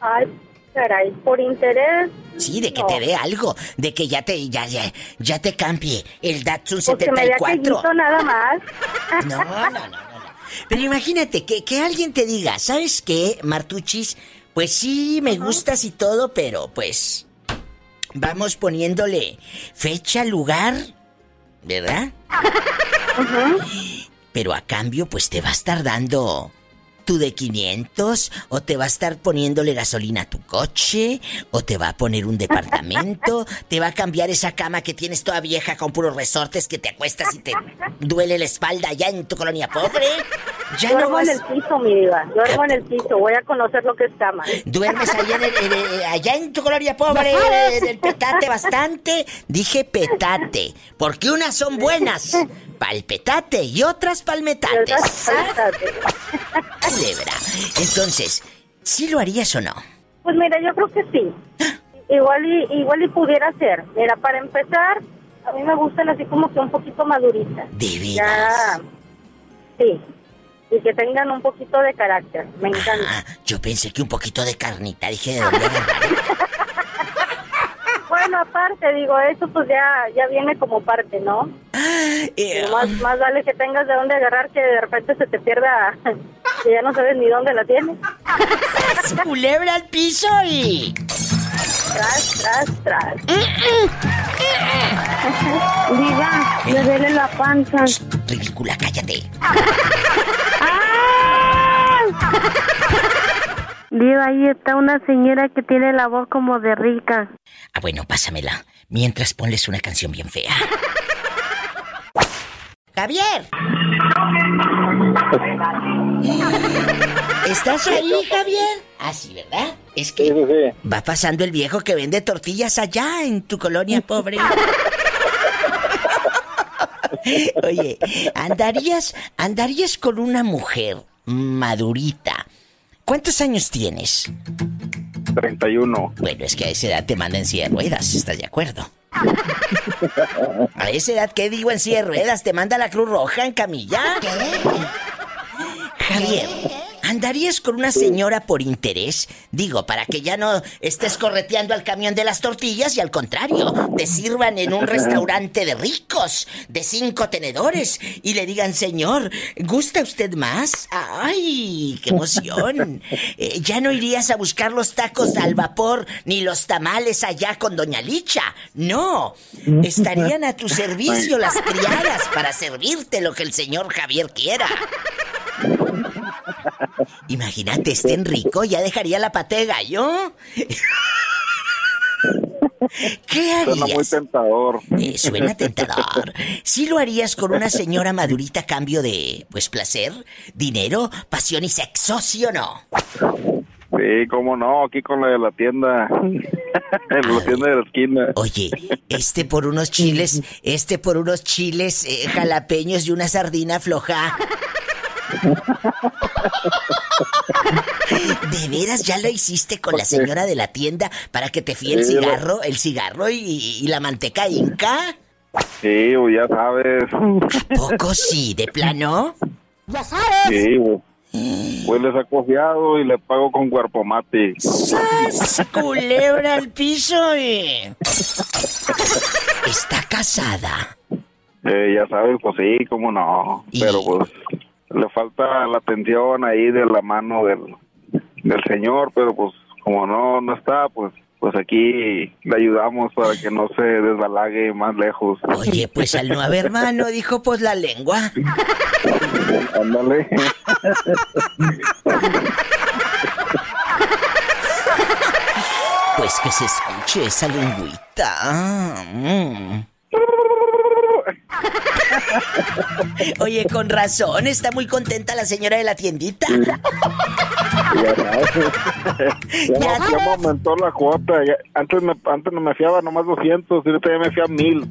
Speaker 5: Ay, caray, por interés.
Speaker 2: Sí, de que
Speaker 5: no.
Speaker 2: te dé algo, de que ya te ya ya, ya te cambie el Datsun
Speaker 5: Pues que me había
Speaker 2: 74.
Speaker 5: nada más.
Speaker 2: No, no, no, no. no. Pero imagínate que, que alguien te diga, ¿sabes qué, Martuchis? Pues sí, me gustas y todo, pero pues vamos poniéndole fecha, lugar, ¿verdad? Pero a cambio, pues te va a estar dando tú de 500, o te va a estar poniéndole gasolina a tu coche, o te va a poner un departamento, te va a cambiar esa cama que tienes toda vieja con puros resortes que te acuestas y te duele la espalda ya en tu colonia pobre. Ya no
Speaker 5: Duermo en
Speaker 2: vas,
Speaker 5: el piso, mi diva. Duermo en el piso. Voy a conocer lo que es cama.
Speaker 2: duermes allá en, el- en el- eh, allá en tu colonia pobre, en el petate bastante. Dije petate, porque unas son buenas pa'l petate y otras pa'l metate.
Speaker 5: ¿Verdad?
Speaker 2: ¡Sas, culebra! Entonces, ¿sí lo harías o no?
Speaker 5: Pues mira, yo creo que sí. Igual y, igual y pudiera ser. Mira, para empezar, a mí me gustan así como que un poquito maduritas.
Speaker 2: De veras.
Speaker 5: Ya. Sí. Y que tengan un poquito de carácter. Me encanta.
Speaker 2: Ah, yo pensé que un poquito de carnita, dije de dónde agarrar.
Speaker 5: Bueno, aparte, digo, eso pues ya, ya viene como parte, ¿no?
Speaker 2: Eh,
Speaker 5: Pero Más, más vale que tengas de dónde agarrar que de repente se te pierda, que ya no sabes ni dónde la tienes.
Speaker 2: Culebra al piso y...
Speaker 5: Tras, tras, tras.
Speaker 2: Mm.
Speaker 5: Diga, me duele la panza.
Speaker 2: Eh. Ridícula, cállate.
Speaker 5: Diva, ahí está una señora que tiene la voz como de rica.
Speaker 2: Ah, bueno, pásamela. Mientras ponles una canción bien fea. Javier. ¿Estás ahí, Javier? Ah, sí, ¿verdad? Es
Speaker 9: Sí,
Speaker 2: que
Speaker 9: sí, sí.
Speaker 2: va pasando el viejo que vende tortillas allá en tu colonia, pobre. Oye, andarías, andarías con una mujer madurita. ¿Cuántos años tienes?
Speaker 10: 31.
Speaker 2: Bueno, es que a esa edad te manda en silla de ruedas, ¿estás de acuerdo? A esa edad, ¿qué digo en silla de ruedas? ¿Te manda la Cruz Roja en camilla? Javier, ¿andarías con una señora por interés? Digo, para que ya no estés correteando al camión de las tortillas y al contrario, te sirvan en un restaurante de ricos, de cinco tenedores, y le digan, señor, ¿gusta usted más? ¡Ay, qué emoción! Eh, ya no irías a buscar los tacos al vapor ni los tamales allá con Doña Licha. No, estarían a tu servicio las criadas para servirte lo que el señor Javier quiera. Imagínate, estén rico, ya dejaría la pata de gallo. ¿Qué
Speaker 10: Suena muy
Speaker 2: harías?
Speaker 10: tentador.
Speaker 2: Eh, suena tentador. ¿Sí lo harías con una señora madurita a cambio de, pues, placer, dinero, pasión y sexo, sí o no?
Speaker 10: Sí, cómo no, aquí con la de la tienda. la tienda de la esquina.
Speaker 2: Oye, este por unos chiles, este por unos chiles eh, jalapeños y una sardina floja. De veras ya lo hiciste con la señora de la tienda para que te fíe el
Speaker 10: Sí, lo-
Speaker 2: cigarro, el cigarro y, y la manteca inca.
Speaker 10: Sí, güey, ya sabes.
Speaker 2: Poco sí, de plano.
Speaker 10: Sí, güey. Pues les ha confiado y le pago con cuerpo mate.
Speaker 2: ¡Sas! Culebra al piso. eh. Está casada.
Speaker 10: Eh, ya sabes, pues sí, cómo no.
Speaker 2: Y-
Speaker 10: Pero pues le falta la atención ahí de la mano del, del señor, pero pues como no no está, pues pues aquí le ayudamos para que no se desbalague más lejos.
Speaker 2: Oye, pues al no haber mano dijo pues la lengua.
Speaker 10: Ándale.
Speaker 2: Pues que se escuche esa lengüita. Ah, mm. Oye, con razón, está muy contenta la señora de la tiendita.
Speaker 10: Ya sabes. Ya,
Speaker 2: Ya
Speaker 10: ya me aumentó la cuota. ya- antes, me, antes no me fiaba nomás 200, y ahorita ya me fía 1000.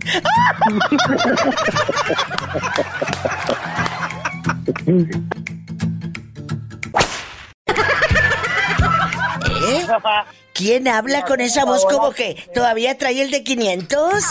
Speaker 2: ¿Eh? ¿Quién habla con esa voz como que todavía trae el de 500?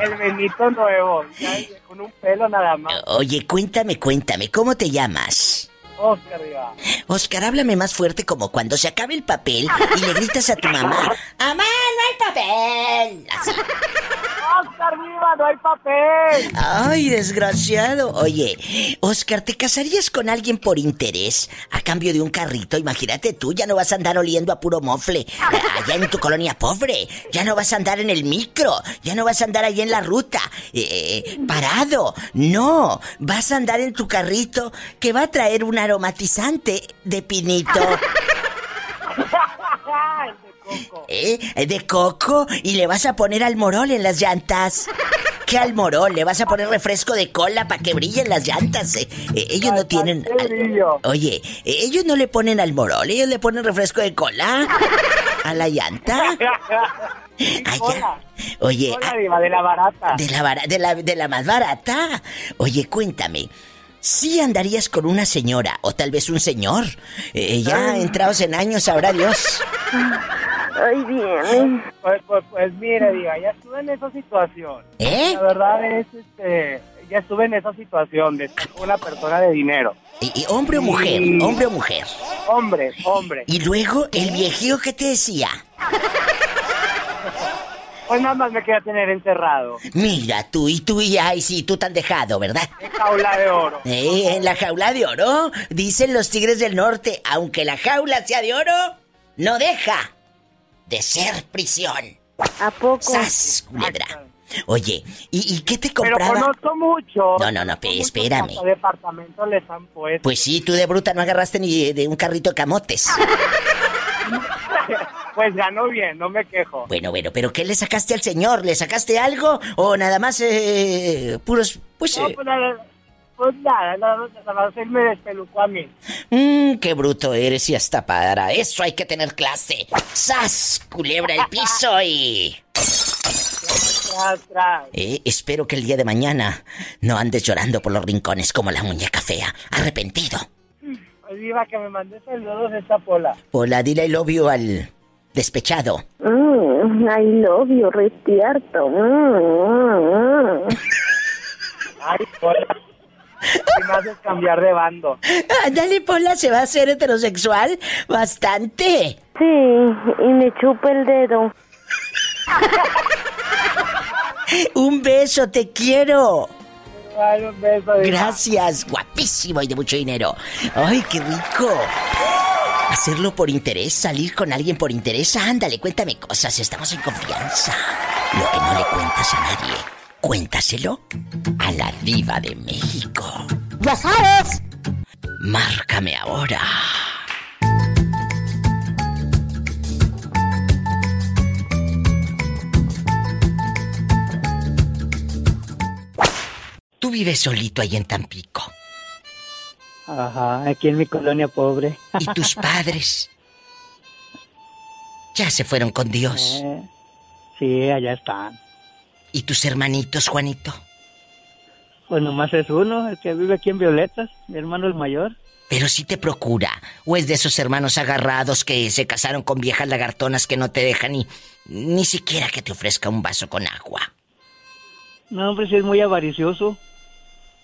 Speaker 9: El Benito nuevo, ya, con un pelo nada más.
Speaker 2: Oye, cuéntame, cuéntame, ¿cómo te llamas?
Speaker 9: Oscar, diva.
Speaker 2: Oscar, háblame más fuerte como cuando se acabe el papel y le gritas a tu mamá, ¡Mamá, no hay papel! Así.
Speaker 9: Oscar, viva, no hay papel.
Speaker 2: Ay, desgraciado. Oye, Oscar, ¿te casarías con alguien por interés a cambio de un carrito? Imagínate tú, ya no vas a andar oliendo a puro mofle eh, allá en tu colonia pobre. Ya no vas a andar en el micro. Ya no vas a andar ahí en la ruta eh, eh, parado. No, vas a andar en tu carrito que va a traer un aromatizante de pinito. ¿Eh? De coco y le vas a poner almorol en las llantas. ¿Qué almorol? Le vas a poner refresco de cola para que brillen las llantas. eh. Eh, ellos no tienen.
Speaker 9: qué brillo.
Speaker 2: Oye, eh, ellos no le ponen almorol, ellos le ponen refresco de cola a la llanta. Allá.
Speaker 9: cola.
Speaker 2: Oye,
Speaker 9: Hola, diva, de la barata.
Speaker 2: a- de la, bara- de la de la más barata. Oye, cuéntame. ¿Sí andarías con una señora o tal vez un señor? Eh, ya entrados en años, sabrá Dios.
Speaker 5: Ay, bien.
Speaker 9: Pues, pues, pues mire, diga, ya estuve en esa situación.
Speaker 2: ¿Eh?
Speaker 9: La verdad es, este, ya estuve en esa situación de ser una persona de dinero.
Speaker 2: Y- y hombre o mujer,
Speaker 9: Mm.
Speaker 2: hombre o mujer.
Speaker 9: Hombre, hombre.
Speaker 2: Y luego el viejío que te decía.
Speaker 11: Pues nada más me queda tener encerrado.
Speaker 2: Mira, tú y tú y ay, sí, tú tan dejado, ¿verdad?
Speaker 11: En jaula de oro.
Speaker 2: Eh, en la jaula de oro, dicen los tigres del norte, aunque la jaula sea de oro, no deja de ser prisión.
Speaker 5: ¿A poco?
Speaker 2: ¡Sas, culebra! Oye, ¿y, y qué te
Speaker 11: Pero
Speaker 2: compraba?
Speaker 11: conozco mucho.
Speaker 2: No, no, no, pe- espérame.
Speaker 11: ¿Cuántos departamentos les han puesto?
Speaker 2: Pues sí, tú de bruta no agarraste ni de un carrito de camotes.
Speaker 11: Pues ganó bien, no me quejo.
Speaker 2: Bueno, bueno, pero ¿qué le sacaste al señor? ¿Le sacaste algo? ¿O nada más eh, puros... Pues...
Speaker 11: No,
Speaker 2: eh,
Speaker 11: pues, nada, pues nada, nada más- nada más él me despelucó a mí.
Speaker 2: Mmm, qué bruto eres y hasta para eso hay que tener clase. ¡Sas! Culebra el piso y...
Speaker 11: Tras, tras.
Speaker 2: Eh, espero que el día de mañana no andes llorando por los rincones como la muñeca fea, arrepentido.
Speaker 11: Pues iba que me mandé saludos esta pola.
Speaker 2: Hola, dile I love you al despechado.
Speaker 5: Mm, I love you, retierto. Mm, mm, mm.
Speaker 11: Ay, pola. Y me haces cambiar de bando.
Speaker 2: Dale, Pola, ¿se va a hacer heterosexual? Bastante.
Speaker 5: Sí, y me chupa el dedo.
Speaker 2: Un beso, te quiero.
Speaker 11: Ay, un beso. de-
Speaker 2: Gracias, guapísimo y de mucho dinero. Ay, qué rico. Hacerlo por interés, salir con alguien por interés. Ándale, cuéntame cosas, estamos en confianza. Lo que no le cuentas a nadie, cuéntaselo a la diva de México.
Speaker 12: ¡Ya sabes!
Speaker 2: Márcame ahora. Tú vives solito ahí en Tampico.
Speaker 11: Ajá, aquí en mi colonia pobre.
Speaker 2: ¿Y tus padres? Ya se fueron con Dios.
Speaker 11: Eh, sí, allá están.
Speaker 2: ¿Y tus hermanitos, Juanito?
Speaker 11: Pues nomás es uno, el que vive aquí en Violetas, mi hermano el mayor.
Speaker 2: Pero si te procura, o es de esos hermanos agarrados que se casaron con viejas lagartonas que no te dejan ni, ni siquiera que te ofrezca un vaso con agua.
Speaker 11: No, hombre, sí es muy avaricioso.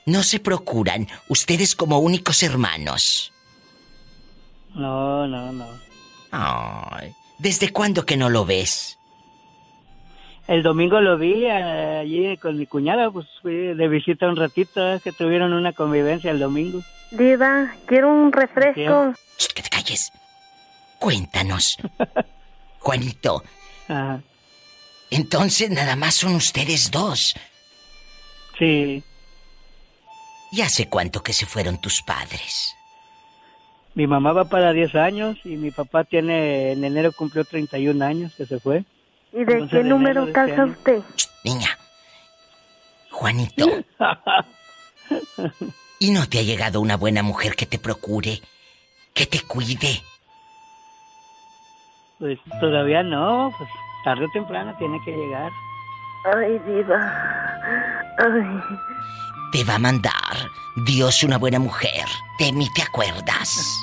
Speaker 2: No se procuran ustedes como únicos hermanos.
Speaker 11: No, no, no.
Speaker 2: Ay, ¿desde cuándo que no lo ves?
Speaker 11: El domingo lo vi eh, allí con mi cuñada, pues fui de visita un ratito, eh, que tuvieron una convivencia el domingo.
Speaker 5: Diva, quiero un refresco.
Speaker 2: Ch, que te calles. Cuéntanos. Juanito,
Speaker 11: Ajá.
Speaker 2: entonces nada más son ustedes dos.
Speaker 11: Sí,
Speaker 2: ¿Y hace cuánto que se fueron tus padres?
Speaker 11: mi mamá va para 10 años y mi papá tiene, en enero cumplió 31 años que se fue.
Speaker 5: ¿Y de
Speaker 11: Entonces,
Speaker 5: qué
Speaker 11: de enero
Speaker 5: número
Speaker 11: de
Speaker 5: calza
Speaker 11: este
Speaker 5: usted?
Speaker 2: Ch, niña. Juanito. ¿Y no te ha llegado una buena mujer que te procure? Que te cuide.
Speaker 11: Pues todavía no, pues tarde o temprano tiene que llegar.
Speaker 5: Ay, Diva. Ay,
Speaker 2: Te va a mandar Dios una buena mujer. De mí te acuerdas.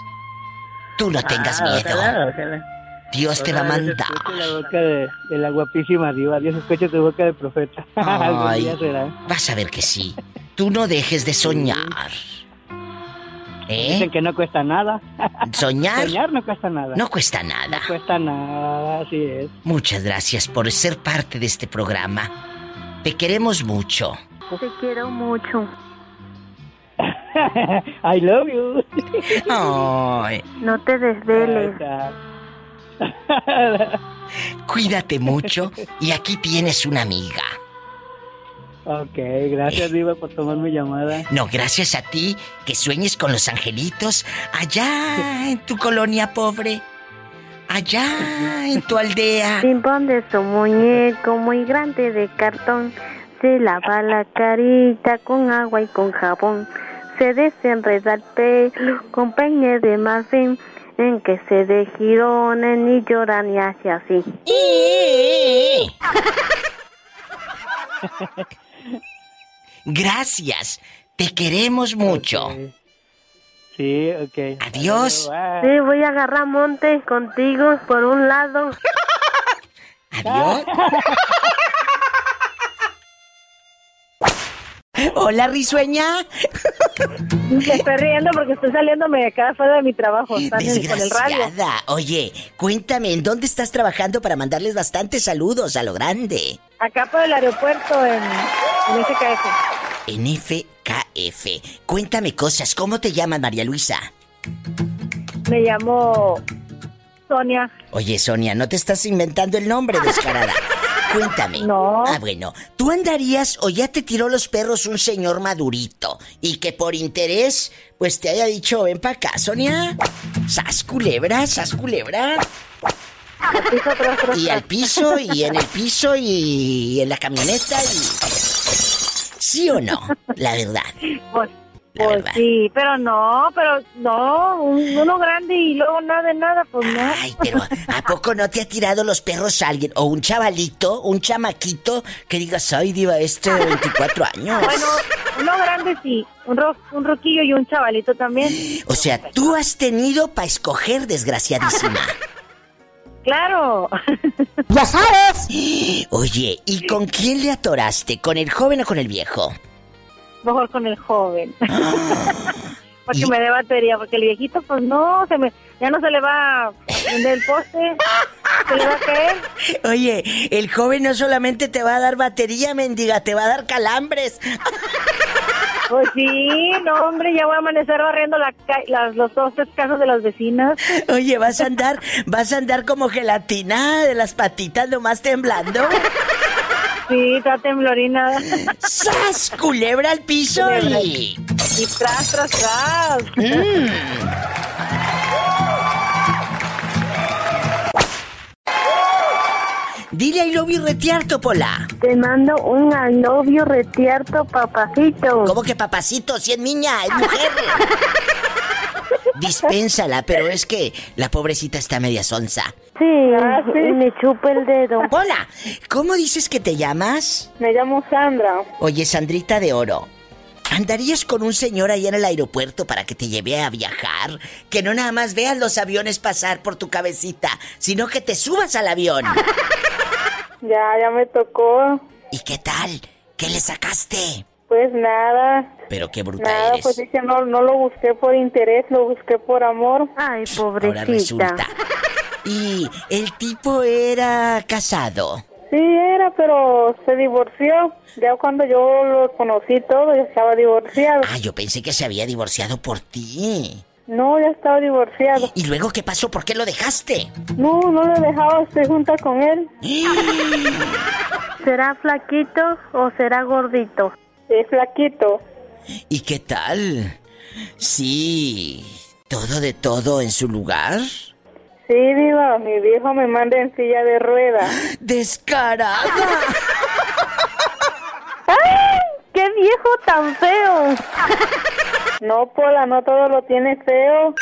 Speaker 2: Tú no tengas
Speaker 11: Ah,
Speaker 2: miedo.
Speaker 11: ojalá, ojalá.
Speaker 2: Dios te va a
Speaker 11: Ojalá Dios
Speaker 2: mandar.
Speaker 11: escuche la boca de, de la guapísima diva. Dios escucha tu boca de profeta. Algún
Speaker 2: Ay.
Speaker 11: día será.
Speaker 2: Vas a ver que sí. Tú no dejes de soñar.
Speaker 11: Dicen
Speaker 2: ¿Eh?
Speaker 11: que no cuesta nada.
Speaker 2: Soñar
Speaker 11: Soñar no cuesta nada.
Speaker 2: no cuesta nada.
Speaker 11: cuesta nada, así es.
Speaker 2: Muchas gracias por ser parte de este programa. Te queremos mucho.
Speaker 5: te quiero mucho.
Speaker 11: I love you.
Speaker 2: Ay,
Speaker 5: No te
Speaker 11: Ahí
Speaker 5: desveles.
Speaker 11: está.
Speaker 2: cuídate mucho y aquí tienes una amiga.
Speaker 11: ok,
Speaker 2: Eh.
Speaker 11: gracias diva por tomar mi llamada.
Speaker 2: No, gracias a ti que sueñes con los angelitos allá en tu colonia pobre, allá en tu aldea.
Speaker 5: Pimpón de su muñeco muy grande de cartón. Se lava la carita con agua y con jabón. Se desenreda el pelo con peine de marfil. En que se de girones ni llora ni hace así.
Speaker 2: Eh, Gracias, te queremos mucho.
Speaker 11: Ok. Sí, ok.
Speaker 2: Adiós.
Speaker 11: Bye.
Speaker 5: Sí, voy a agarrar monte contigo por un lado.
Speaker 2: Adiós. Hola, risueña.
Speaker 9: Me estoy riendo porque estoy saliéndome de acá fuera de mi trabajo. Están en- con el radio.
Speaker 2: Desgraciada. Oye, cuéntame, ¿en dónde estás trabajando para mandarles bastantes saludos a lo grande?
Speaker 9: Acá por el aeropuerto en, en SKF.
Speaker 2: En FKF. Cuéntame cosas. ¿Cómo te llaman, María Luisa?
Speaker 9: Me llamo Sonia.
Speaker 2: Oye, Sonia, no te estás inventando el nombre, descarada. Cuéntame. No. Ah, bueno. ¿Tú andarías o ya te tiró los perros un señor madurito y que por interés, pues te haya dicho, ven para acá, Sonia? ¿Sas culebra? ¿Sas culebra? Y al piso, y en el piso, y en la camioneta, y... ¿Sí o no? La verdad.
Speaker 9: Pues, pues sí, pero no, pero no, un- uno grande y luego nada de nada, pues no.
Speaker 2: Pero, ¿a poco no te ha tirado los perros alguien? O un chavalito, un chamaquito, que digas, ay, diva, este de 24 años.
Speaker 9: Bueno, uno grande sí, un, ro un roquillo y un chavalito también.
Speaker 2: O sea, tú has tenido para escoger, desgraciadísima.
Speaker 9: Claro.
Speaker 2: ¡Ya sabes! Oye, ¿y con quién le atoraste? ¿Con el joven o con el viejo?
Speaker 9: Mejor con el joven.
Speaker 2: Ah.
Speaker 9: porque me dé batería, porque el viejito, pues no, se me, ya no se le va a prender el poste. Se le va a caer.
Speaker 2: Oye, el joven no solamente te va a dar batería, mendiga, te va a dar calambres. Ah,
Speaker 9: Pues sí, no, hombre, ya voy a amanecer barriendo la ca- las, los dos, tres casas de las vecinas.
Speaker 2: Oye, vas a andar, vas a andar como gelatina de las patitas nomás temblando.
Speaker 9: Sí, está temblorina.
Speaker 2: ¡Sas! Culebra al piso y...
Speaker 9: Y tras, tras, tras.
Speaker 2: Mm. Dile I love you retiarto, Pola.
Speaker 5: Te mando un I love you retierto, papacito.
Speaker 2: ¿Cómo que papacito? Si es niña, es mujer. Dispénsala, pero es que la pobrecita está media sonza.
Speaker 5: Sí,
Speaker 9: Ah,
Speaker 5: y me chupa el dedo.
Speaker 2: Hola, ¿cómo dices que te llamas?
Speaker 9: Me llamo Sandra.
Speaker 2: Oye, Sandrita de Oro. ¿Andarías con un señor allá en el aeropuerto para que te lleve a viajar? Que no nada más veas los aviones pasar por tu cabecita, sino que te subas al avión.
Speaker 9: Ya, ya me tocó.
Speaker 2: ¿Y qué tal? ¿Qué le sacaste?
Speaker 9: Pues nada,
Speaker 2: Pero qué bruta
Speaker 9: nada,
Speaker 2: eres.
Speaker 9: pues dije, no, no lo busqué por interés, lo busqué por amor.
Speaker 5: Ay,
Speaker 2: Ahora resulta. Y el tipo era casado.
Speaker 9: Sí, era, pero se divorció. Ya cuando yo lo conocí y todo, ya estaba divorciado.
Speaker 2: Ah, yo pensé que se había divorciado por ti.
Speaker 9: No, ya estaba divorciado.
Speaker 2: ¿Y luego qué pasó? ¿Por qué lo dejaste?
Speaker 9: No, no lo dejaba, estoy junta con él.
Speaker 5: ¿Será flaquito o será gordito?
Speaker 9: Es flaquito.
Speaker 2: ¿Y qué tal? Sí, todo de todo en su lugar.
Speaker 9: Sí, diva, mi viejo me manda en silla de rueda.
Speaker 2: ¡Descarada!
Speaker 5: ¡Qué viejo tan feo!
Speaker 9: No, Pola, no todo lo tiene feo.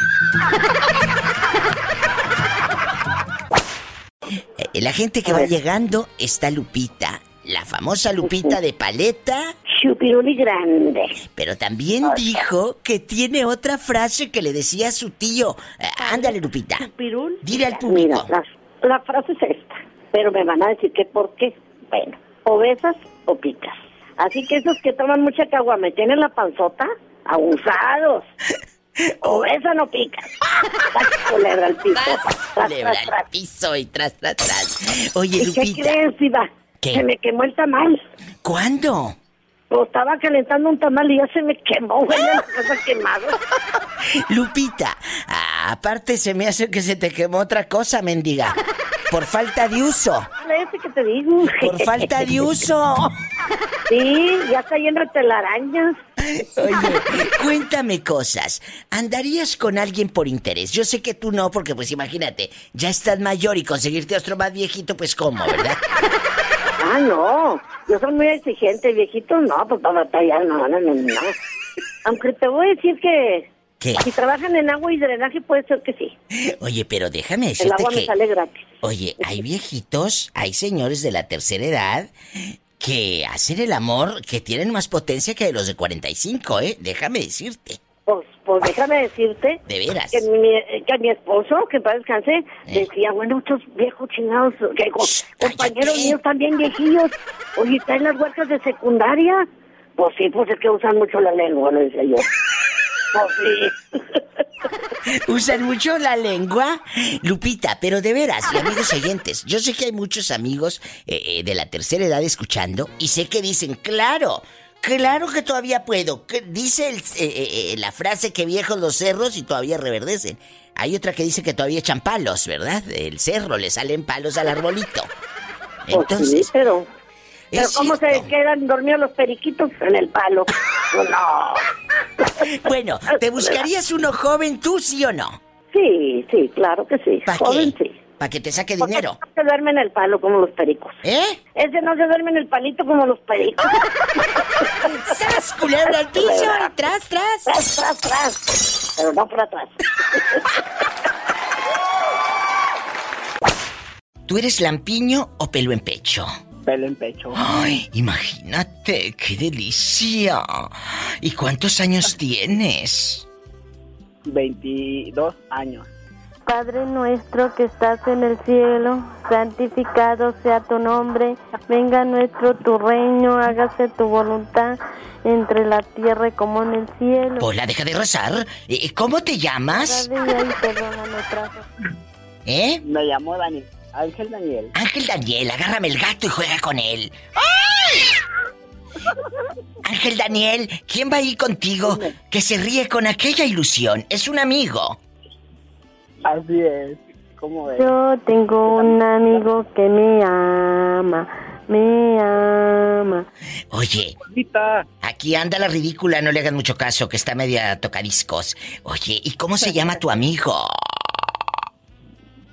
Speaker 2: Eh, La gente que va llegando está Lupita, la famosa Lupita de paleta.
Speaker 9: Chupiruli grande.
Speaker 2: Pero también dijo que tiene otra frase que le decía a su tío. Eh, ándale, Lupita.
Speaker 13: Pirul.
Speaker 2: Dile al
Speaker 13: Mira,
Speaker 2: público.
Speaker 13: la, la frase es esta, pero me van a decir que por qué. Bueno, o besas o picas. Así que esos que toman mucha caguama y tienen la panzota, abusados. O besan o pican. Tras, culebra al piso. Tras,
Speaker 2: Culebra
Speaker 13: tras,
Speaker 2: al
Speaker 13: tras.
Speaker 2: piso y tras, tras, tras. Oye,
Speaker 13: ¿Y qué
Speaker 2: Lupita,
Speaker 13: crees, Iba?
Speaker 2: ¿Qué?
Speaker 13: Se me quemó el tamal.
Speaker 2: ¿cuándo?
Speaker 13: Pues estaba calentando un tamal y ya se me quemó, güey,
Speaker 2: ¡Ah!
Speaker 13: ya la casa quemado.
Speaker 2: Lupita, ah, aparte se me hace que se te quemó otra cosa, mendiga. Por falta de uso.
Speaker 13: Ese que te digo.
Speaker 2: Por falta de uso.
Speaker 13: Sí, ya caí entre telarañas.
Speaker 2: Oye, cuéntame cosas. ¿Andarías con alguien por interés? Yo sé que tú no, porque pues imagínate, ya estás mayor y conseguirte otro más viejito, pues cómo, ¿verdad?
Speaker 13: Ah, no. Yo soy muy exigente. Viejitos no, pues para batallar, no, no, no, no. Aunque te voy a decir que...
Speaker 2: ¿Qué?
Speaker 13: Si trabajan en agua y drenaje, puede ser que sí.
Speaker 2: Oye, pero déjame
Speaker 13: El
Speaker 2: decirte
Speaker 13: agua me
Speaker 2: que...
Speaker 13: sale gratis.
Speaker 2: Oye, hay viejitos, hay señores de la tercera edad que hacen el amor que tienen más potencia que los de 45, ¿eh? Déjame decirte.
Speaker 13: Pues, pues déjame decirte...
Speaker 2: De veras. Eh.
Speaker 13: Que mi, que mi esposo, que para descansé, decía, bueno, estos viejos chingados, que co- compañeros míos también viejillos. Oye, traen las huercas de secundaria.
Speaker 9: Pues sí, pues es que usan mucho la lengua, lo decía yo. Pues
Speaker 2: sí. Usan mucho la lengua, Lupita, pero de veras, y amigos oyentes, yo sé que hay muchos amigos eh, eh, de la tercera edad escuchando y sé que dicen, claro, claro que todavía puedo. Que dice el- eh, eh, la frase que viejos los cerros y todavía reverdecen. Hay otra que dice que todavía echan palos, ¿verdad? El cerro le salen palos al arbolito.
Speaker 13: pues
Speaker 2: Entonces,
Speaker 9: pero,
Speaker 2: es
Speaker 9: Pero ¿cómo se quedan dormidos los periquitos en el palo? Pues no.
Speaker 2: Bueno, ¿te buscarías uno joven tú, sí o no?
Speaker 9: Sí, sí, claro que sí. Joven, sí.
Speaker 2: Para que te saque dinero.
Speaker 9: No se duerme en el palo como los pericos.
Speaker 2: ¿Eh? Ah.
Speaker 9: Ese no se duerme en el palito como los pericos.
Speaker 2: ¡Sas, culebra al piso! y ¡Tras, tras!
Speaker 9: ¡Tras, tras, tras! Pero no por atrás.
Speaker 2: ¿Tú eres lampiño o pelo en pecho?
Speaker 6: Pelo en pecho.
Speaker 2: Ay, imagínate, qué delicia. ¿Y cuántos años tienes?
Speaker 6: 22 años.
Speaker 5: Padre nuestro que estás en el cielo, santificado sea tu nombre, venga nuestro tu reino, hágase tu voluntad entre la tierra como en el cielo.
Speaker 2: Hola, deja de rezar. Eh, ¿Cómo te llamas?
Speaker 5: Cada día y perdona nuestras
Speaker 2: ¿Eh?
Speaker 6: Me llamo Daniel. Ángel Daniel.
Speaker 2: Ángel Daniel, agárrame el gato y juega con él. Ángel Daniel, ¿quién va ahí contigo que se ríe con aquella ilusión? Es un amigo.
Speaker 6: Así es. ¿Cómo ves?
Speaker 5: Yo tengo un amigo que me ama, me ama.
Speaker 2: Oye, aquí anda la ridícula, no le hagan mucho caso, que está media tocadiscos. Oye, ¿y cómo se llama tu amigo?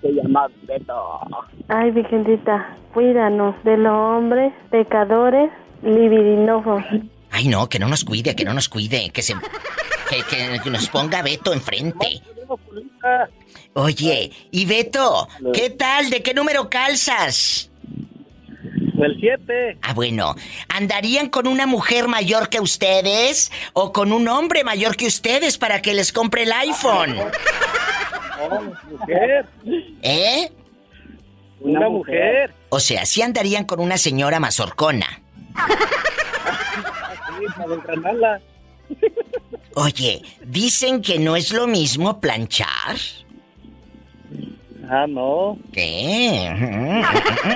Speaker 6: Se llama Beto.
Speaker 5: Ay, Virgencita, cuídanos de los hombres pecadores libidinosos.
Speaker 2: Ay, no, que no nos cuide, que no nos cuide, que se... Que, que nos ponga Beto enfrente. Oye, y Beto, ¿qué tal? ¿De qué número calzas?
Speaker 6: Del 7.
Speaker 2: Ah, bueno. ¿Andarían con una mujer mayor que ustedes o con un hombre mayor que ustedes para que les compre el iPhone?
Speaker 6: mujer.
Speaker 2: ¿Eh?
Speaker 6: Una mujer.
Speaker 2: O sea, sí andarían con una señora mazorcona.
Speaker 6: Sí, para entrenarla.
Speaker 2: Oye, dicen que no es lo mismo planchar.
Speaker 6: Ah, no.
Speaker 2: ¿Qué?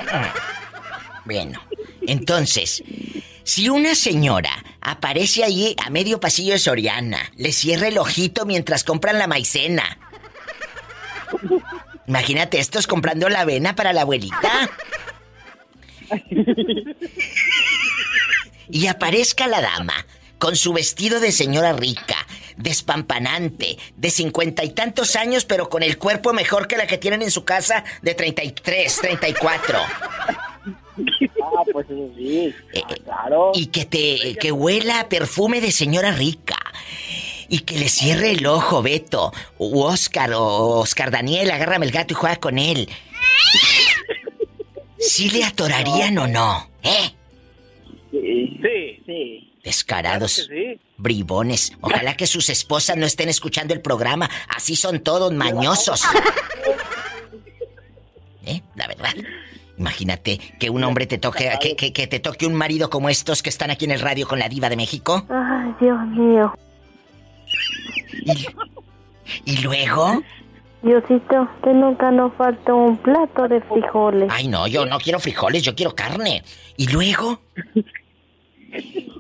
Speaker 2: Bueno, entonces, si una señora aparece allí a medio pasillo de Soriana, le cierra el ojito mientras compran la maicena. Imagínate estos comprando la avena para la abuelita. Y aparezca la dama con su vestido de señora rica, despampanante, de cincuenta y tantos años, pero con el cuerpo mejor que la que tienen en su casa de 33, 34.
Speaker 6: Ah, pues eso sí.
Speaker 2: Eh. Claro. Y que te que huela a perfume de señora rica. Y que le cierre el ojo, Beto. U Oscar o Oscar Daniel, agárrame el gato y juega con él. ¿Sí le atorarían o no? ¿Eh?
Speaker 6: Sí, sí.
Speaker 2: Descarados.
Speaker 6: Claro que sí.
Speaker 2: Bribones. Ojalá que sus esposas no estén escuchando el programa. Así son todos mañosos. ¿Eh? La verdad. Imagínate que un hombre te toque, que, que- que te toque un marido como estos que están aquí en el radio con la diva de México.
Speaker 5: Ay, Dios mío.
Speaker 2: Y luego,
Speaker 5: Diosito, que nunca nos falta un plato de frijoles.
Speaker 2: ay no, yo no quiero frijoles, yo quiero carne. Y luego,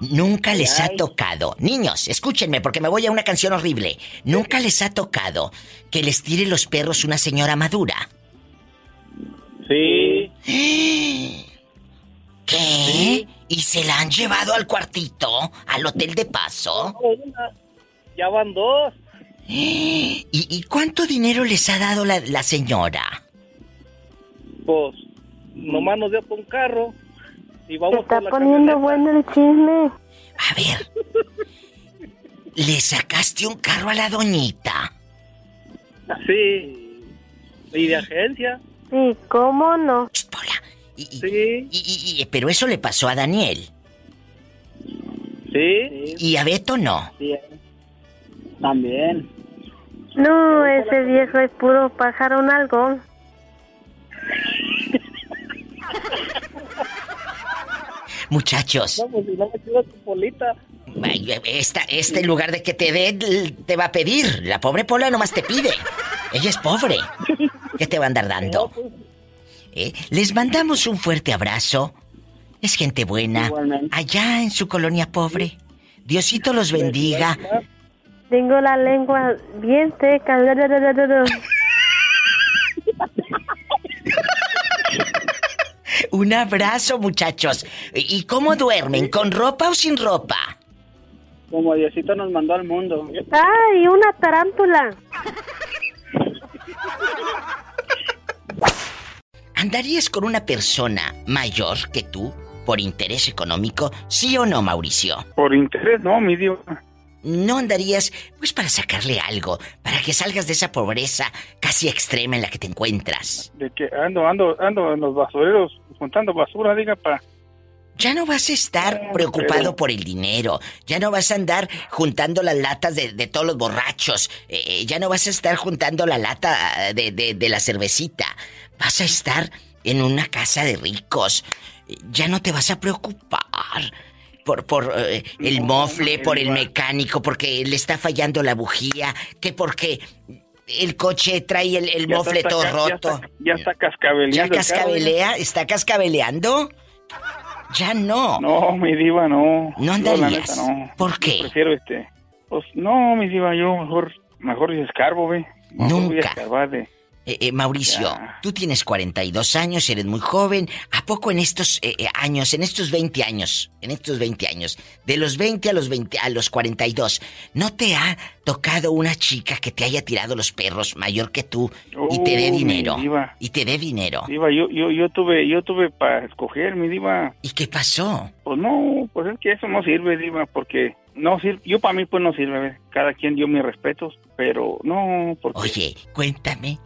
Speaker 2: nunca les ha tocado, niños, escúchenme porque me voy a una canción horrible. Nunca les ha tocado que les tire los perros una señora madura.
Speaker 14: Sí.
Speaker 2: ¿Qué? ¿Y se la han llevado al cuartito? ¿Al hotel de paso?
Speaker 6: Ya van dos.
Speaker 2: ¿Y, y cuánto dinero les ha dado la, la señora?
Speaker 6: Pues, nomás nos dio por un carro. Y
Speaker 5: Se
Speaker 6: vamos
Speaker 5: está
Speaker 6: por la
Speaker 5: poniendo bueno el chisme.
Speaker 2: ¿Le sacaste un carro a la doñita?
Speaker 6: camioneta. Sí. Y de agencia.
Speaker 5: Sí, ¿cómo no?
Speaker 2: sí. Y, y- pero eso le pasó a Daniel.
Speaker 6: Sí.
Speaker 2: ¿Y a Beto no?
Speaker 6: También.
Speaker 5: No, ese viejo es puro pájaro un algón.
Speaker 2: Muchachos.
Speaker 12: No, pues si no me queda tu polita.
Speaker 2: Ay, Esta, este en lugar de que te dé, te va a pedir. La pobre Pola nomás te pide. Ella es pobre. ¿Qué te va a andar dando? ¿Eh? Les mandamos un fuerte abrazo. Es gente buena. Allá en su colonia pobre. Diosito los bendiga.
Speaker 5: Tengo la lengua bien seca.
Speaker 2: Un abrazo, muchachos. ¿Y cómo duermen? ¿Con ropa o sin ropa?
Speaker 12: Como Diosito nos mandó al mundo.
Speaker 5: ¡Ay, una tarántula!
Speaker 2: ¿Andarías con una persona mayor que tú por interés económico? ¿Sí o no, Mauricio?
Speaker 12: Por interés, no, mi Dios.
Speaker 2: No andarías, pues, para sacarle algo, para que salgas de esa pobreza casi extrema en la que te encuentras.
Speaker 12: De que ando, ando, ando en los basureros juntando basura, diga, para...
Speaker 2: Ya no vas a estar preocupado por el dinero, ya no vas a andar juntando las latas de, de todos los borrachos, eh, ya no vas a estar juntando la lata ah, de, de- de la cervecita, vas a estar en una casa de ricos, ya no te vas a preocupar por, por eh, el mofle, por el mecánico, porque le está fallando la bujía, que porque el coche trae el, el
Speaker 12: Ya
Speaker 2: mofle
Speaker 12: está
Speaker 2: todo
Speaker 12: ca- ya
Speaker 2: roto.
Speaker 12: está- Ya está cascabeleando.
Speaker 2: ¿Ya
Speaker 12: el carro,
Speaker 2: cascabelea? ¿Está cascabeleando? Ya no.
Speaker 12: No, mi diva, no. Yo,
Speaker 2: No
Speaker 12: la neta,
Speaker 2: andarías.
Speaker 12: no.
Speaker 2: ¿Por qué?
Speaker 12: Yo prefiero este. Pues no, mi diva, yo mejor, mejor escarbo, ve. Mejor voy a
Speaker 2: Nunca.
Speaker 12: escarbar de.
Speaker 2: Eh, eh, Mauricio, tú tienes 42 años, eres muy joven. ¿A poco en estos eh, eh, años, en estos 20 años, en estos 20 años, de los 20 a los 20 a los 42, no te ha tocado una chica que te haya tirado los perros mayor que tú y te dé
Speaker 12: Oh, mi
Speaker 2: dinero?
Speaker 12: diva.
Speaker 2: Y te dé dinero.
Speaker 12: Diva, yo, yo, yo tuve, yo tuve para escoger, mi diva.
Speaker 2: ¿Y qué pasó?
Speaker 12: Pues no, pues es que eso no sirve, diva, porque no sirve. Yo para mí pues no sirve, ve. Cada quien dio mis respetos, pero no, porque.
Speaker 2: Oye, cuéntame.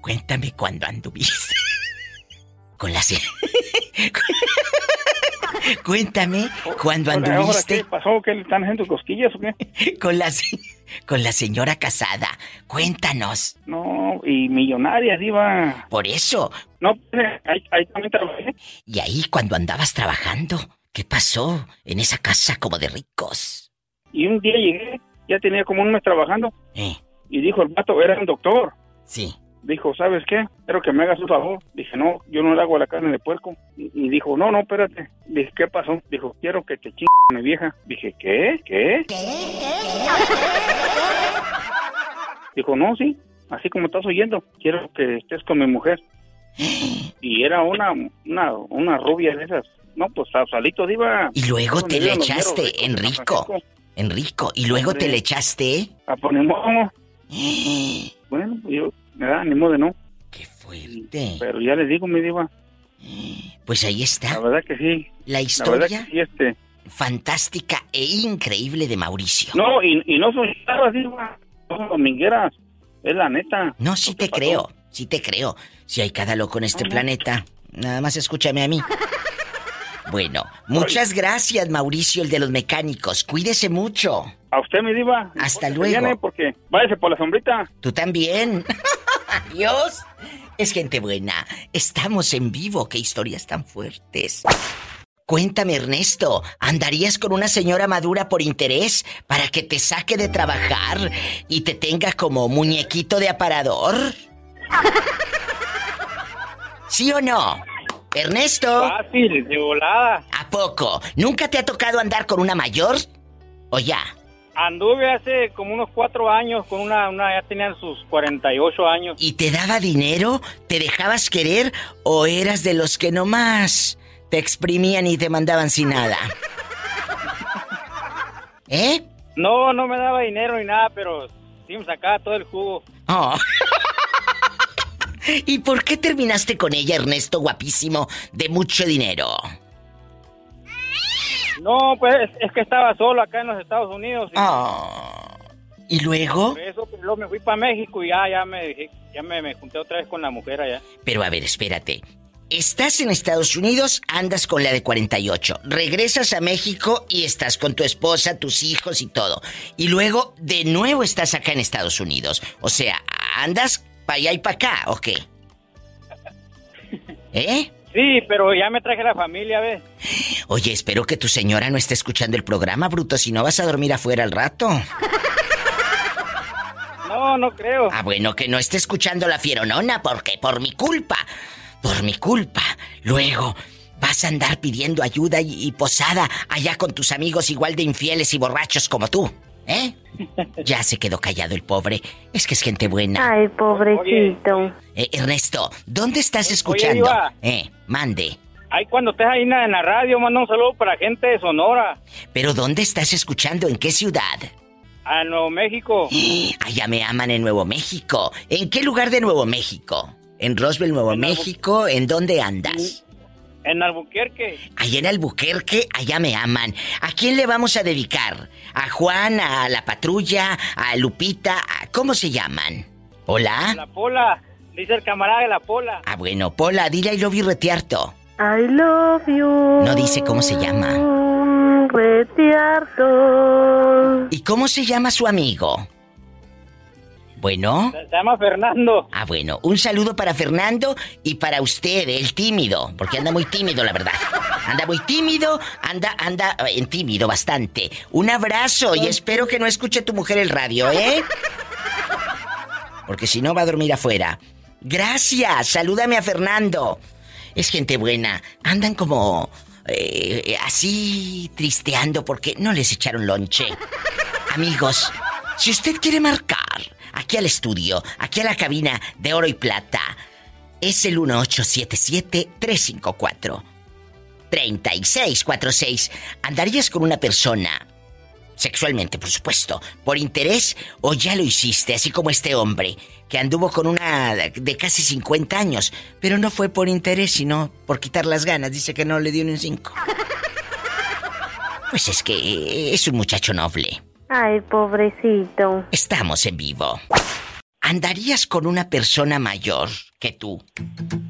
Speaker 2: Cuéntame cuándo anduviste. Con la se- Cuéntame cuándo
Speaker 12: Ahora, ahora, ¿Qué
Speaker 2: anduviste
Speaker 12: pasó? ¿Qué le están haciendo cosquillas o qué?
Speaker 2: con la se- con la señora casada. Cuéntanos.
Speaker 12: No, y millonaria, diva.
Speaker 2: Por eso.
Speaker 12: No, pues, ahí, ahí también trabajé.
Speaker 2: Y ahí cuando andabas trabajando, ¿qué pasó en esa casa como de ricos?
Speaker 12: Y un día llegué, ya tenía como un mes trabajando.
Speaker 2: Eh.
Speaker 12: Y dijo el vato, era un doctor.
Speaker 2: Sí.
Speaker 12: Dijo, ¿sabes qué? Quiero que me hagas un favor. Dije, no, yo no le hago a la carne de puerco. Y, y dijo, no, no, espérate. Dije, ¿qué pasó? Dijo, quiero que te chingue mi vieja. Dije, ¿qué? ¿Qué? Dijo, no, sí. Así como estás oyendo, quiero que estés con mi mujer. Y era una, una, una rubia de esas. No, pues a salito iba.
Speaker 2: Y luego te le
Speaker 12: Iban los miedos
Speaker 2: echaste,
Speaker 12: ricos de San
Speaker 2: Enrico.
Speaker 12: Francisco.
Speaker 2: Enrico, y luego te
Speaker 12: Hombre.
Speaker 2: le echaste.
Speaker 12: A poner Ah, pues, modo. Bueno, pues yo, me da ni modo de no.
Speaker 2: fuerte.
Speaker 12: Pero ya les digo, mi diva,
Speaker 2: Pues ahí está.
Speaker 12: la verdad que sí.
Speaker 2: La
Speaker 12: La
Speaker 2: historia
Speaker 12: verdad que sí, este.
Speaker 2: fantástica e increíble de Mauricio.
Speaker 12: No, y, y no son charras, diva. No son domingueras. Es la neta.
Speaker 2: No, sí te creo, sí te creo. Si hay cada loco en este planeta, nada más escúchame a mí. Bueno, muchas gracias, Mauricio, el de los mecánicos. Cuídese mucho.
Speaker 12: A usted, mi diva.
Speaker 2: Hasta
Speaker 12: Que viene
Speaker 2: luego.
Speaker 12: porque váyase por la sombrita.
Speaker 2: Tú también. Adiós. Es gente buena. Estamos en vivo. Qué historias tan fuertes. Cuéntame, Ernesto, ¿andarías con una señora madura por interés para que te saque de trabajar y te tenga como muñequito de aparador? ¿Sí o no? Ernesto.
Speaker 12: Fácil, de volada.
Speaker 2: ¿A poco? ¿Nunca te ha tocado andar con una mayor? ¿O ya?
Speaker 12: Anduve hace como unos cuatro años con una, una ya tenían sus 48 años.
Speaker 2: ¿Y te daba dinero? ¿Te dejabas querer? ¿O eras de los que nomás te exprimían y te mandaban sin nada? ¿Eh?
Speaker 12: No, no me daba dinero ni nada, pero sí me sacaba todo el jugo.
Speaker 2: Oh. ¿Y por qué terminaste con ella, Ernesto, guapísimo, de mucho dinero?
Speaker 12: No, pues es, es que estaba solo acá en los Estados Unidos. y-
Speaker 2: Oh. ¿Y luego?
Speaker 12: Por eso pues, luego me fui para México y ya, ya me dejé- ya me, me junté otra vez con la mujer allá.
Speaker 2: Pero a ver, espérate. Estás en Estados Unidos, andas con la de 48. Regresas a México y estás con tu esposa, tus hijos y todo. Y luego, de nuevo, estás acá en Estados Unidos. O sea, andas para allá y para acá, ¿o qué? ¿Eh?
Speaker 15: Sí, pero ya me traje la familia, ¿ves?
Speaker 2: Oye, espero que tu señora no esté escuchando el programa, Bruto, si no vas a dormir afuera al rato.
Speaker 15: No, no creo.
Speaker 2: Ah, bueno, que no esté escuchando la fieronona, porque por mi culpa, por mi culpa, luego vas a andar pidiendo ayuda y, y posada allá con tus amigos igual de infieles y borrachos como tú, ¿eh? Ya se quedó callado el pobre, es que es gente buena.
Speaker 15: Ah.
Speaker 5: Ay, pobrecito.
Speaker 2: Eh, Ernesto, ¿dónde estás escuchando?
Speaker 15: Diva.
Speaker 2: eh, mande.
Speaker 15: Ay, cuando estés ahí en la en la radio, manda un saludo para la gente de Sonora,
Speaker 2: ¿Pero dónde estás escuchando? ¿En qué ciudad?
Speaker 15: a Nuevo México.
Speaker 2: Allá me aman en Nuevo México. ¿En qué lugar de Nuevo México? ¿En Roswell, Nuevo México? ¿En dónde andas?
Speaker 15: En Albuquerque.
Speaker 2: Allá en Albuquerque, allá me aman. ¿A quién le vamos a dedicar? ¿A Juan, a la patrulla, a Lupita? ¿A- ¿Cómo se llaman? ¿Hola?
Speaker 15: La Pola. Dice el camarada de la Pola.
Speaker 2: Ah, bueno, Pola, dile I love you retiarto.
Speaker 5: I love you.
Speaker 2: No dice cómo se llama.
Speaker 5: Retiarto.
Speaker 2: ¿Y cómo se llama su amigo? Bueno.
Speaker 15: Se llama Fernando.
Speaker 2: Ah, bueno, un saludo para Fernando y para usted, el tímido, porque anda muy tímido, la verdad. Anda muy tímido, anda, anda eh, en tímido bastante. Un abrazo y espero que no escuche tu mujer el radio, ¿eh? Porque si no va a dormir afuera. Gracias, salúdame a Fernando. Es gente buena. Andan como eh, eh, así tristeando porque no les echaron lonche. Amigos, si usted quiere marcar aquí al estudio, aquí a la cabina de oro y plata, es el 1877-354. 3646. ¿Andarías con una persona? Sexualmente, por supuesto. ¿Por interés o ya lo hiciste? Así como este hombre, que anduvo con una de casi 50 años, pero no fue por interés, sino por quitar las ganas. Dice que no le dio ni un 5. Pues es que eh, es un muchacho noble.
Speaker 5: Ay, pobrecito.
Speaker 2: Estamos en vivo. ¿Andarías con una persona mayor que tú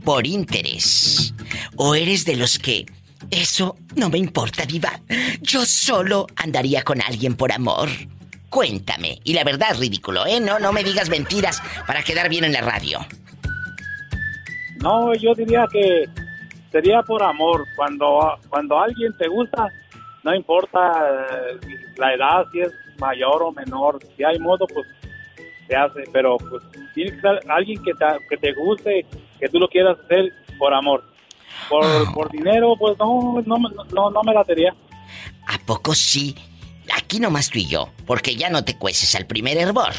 Speaker 2: por interés? ¿O eres de los que... Eso no me importa, diva. Yo solo andaría con alguien por amor. Cuéntame. Y la verdad, ridículo, ¿eh? No, no me digas mentiras para quedar bien en la radio.
Speaker 4: No, yo diría que sería por amor. Cuando, cuando alguien te gusta, no importa eh, la edad, si es mayor o menor, si hay modo, pues se hace. Pero pues tiene que ser alguien que te, que te guste, que tú lo quieras hacer por amor. Por, por dinero, pues no, no, me- no, no me la tería.
Speaker 2: ¿A poco sí? Aquí nomás tú y yo, porque ya no te cueces al primer hervor.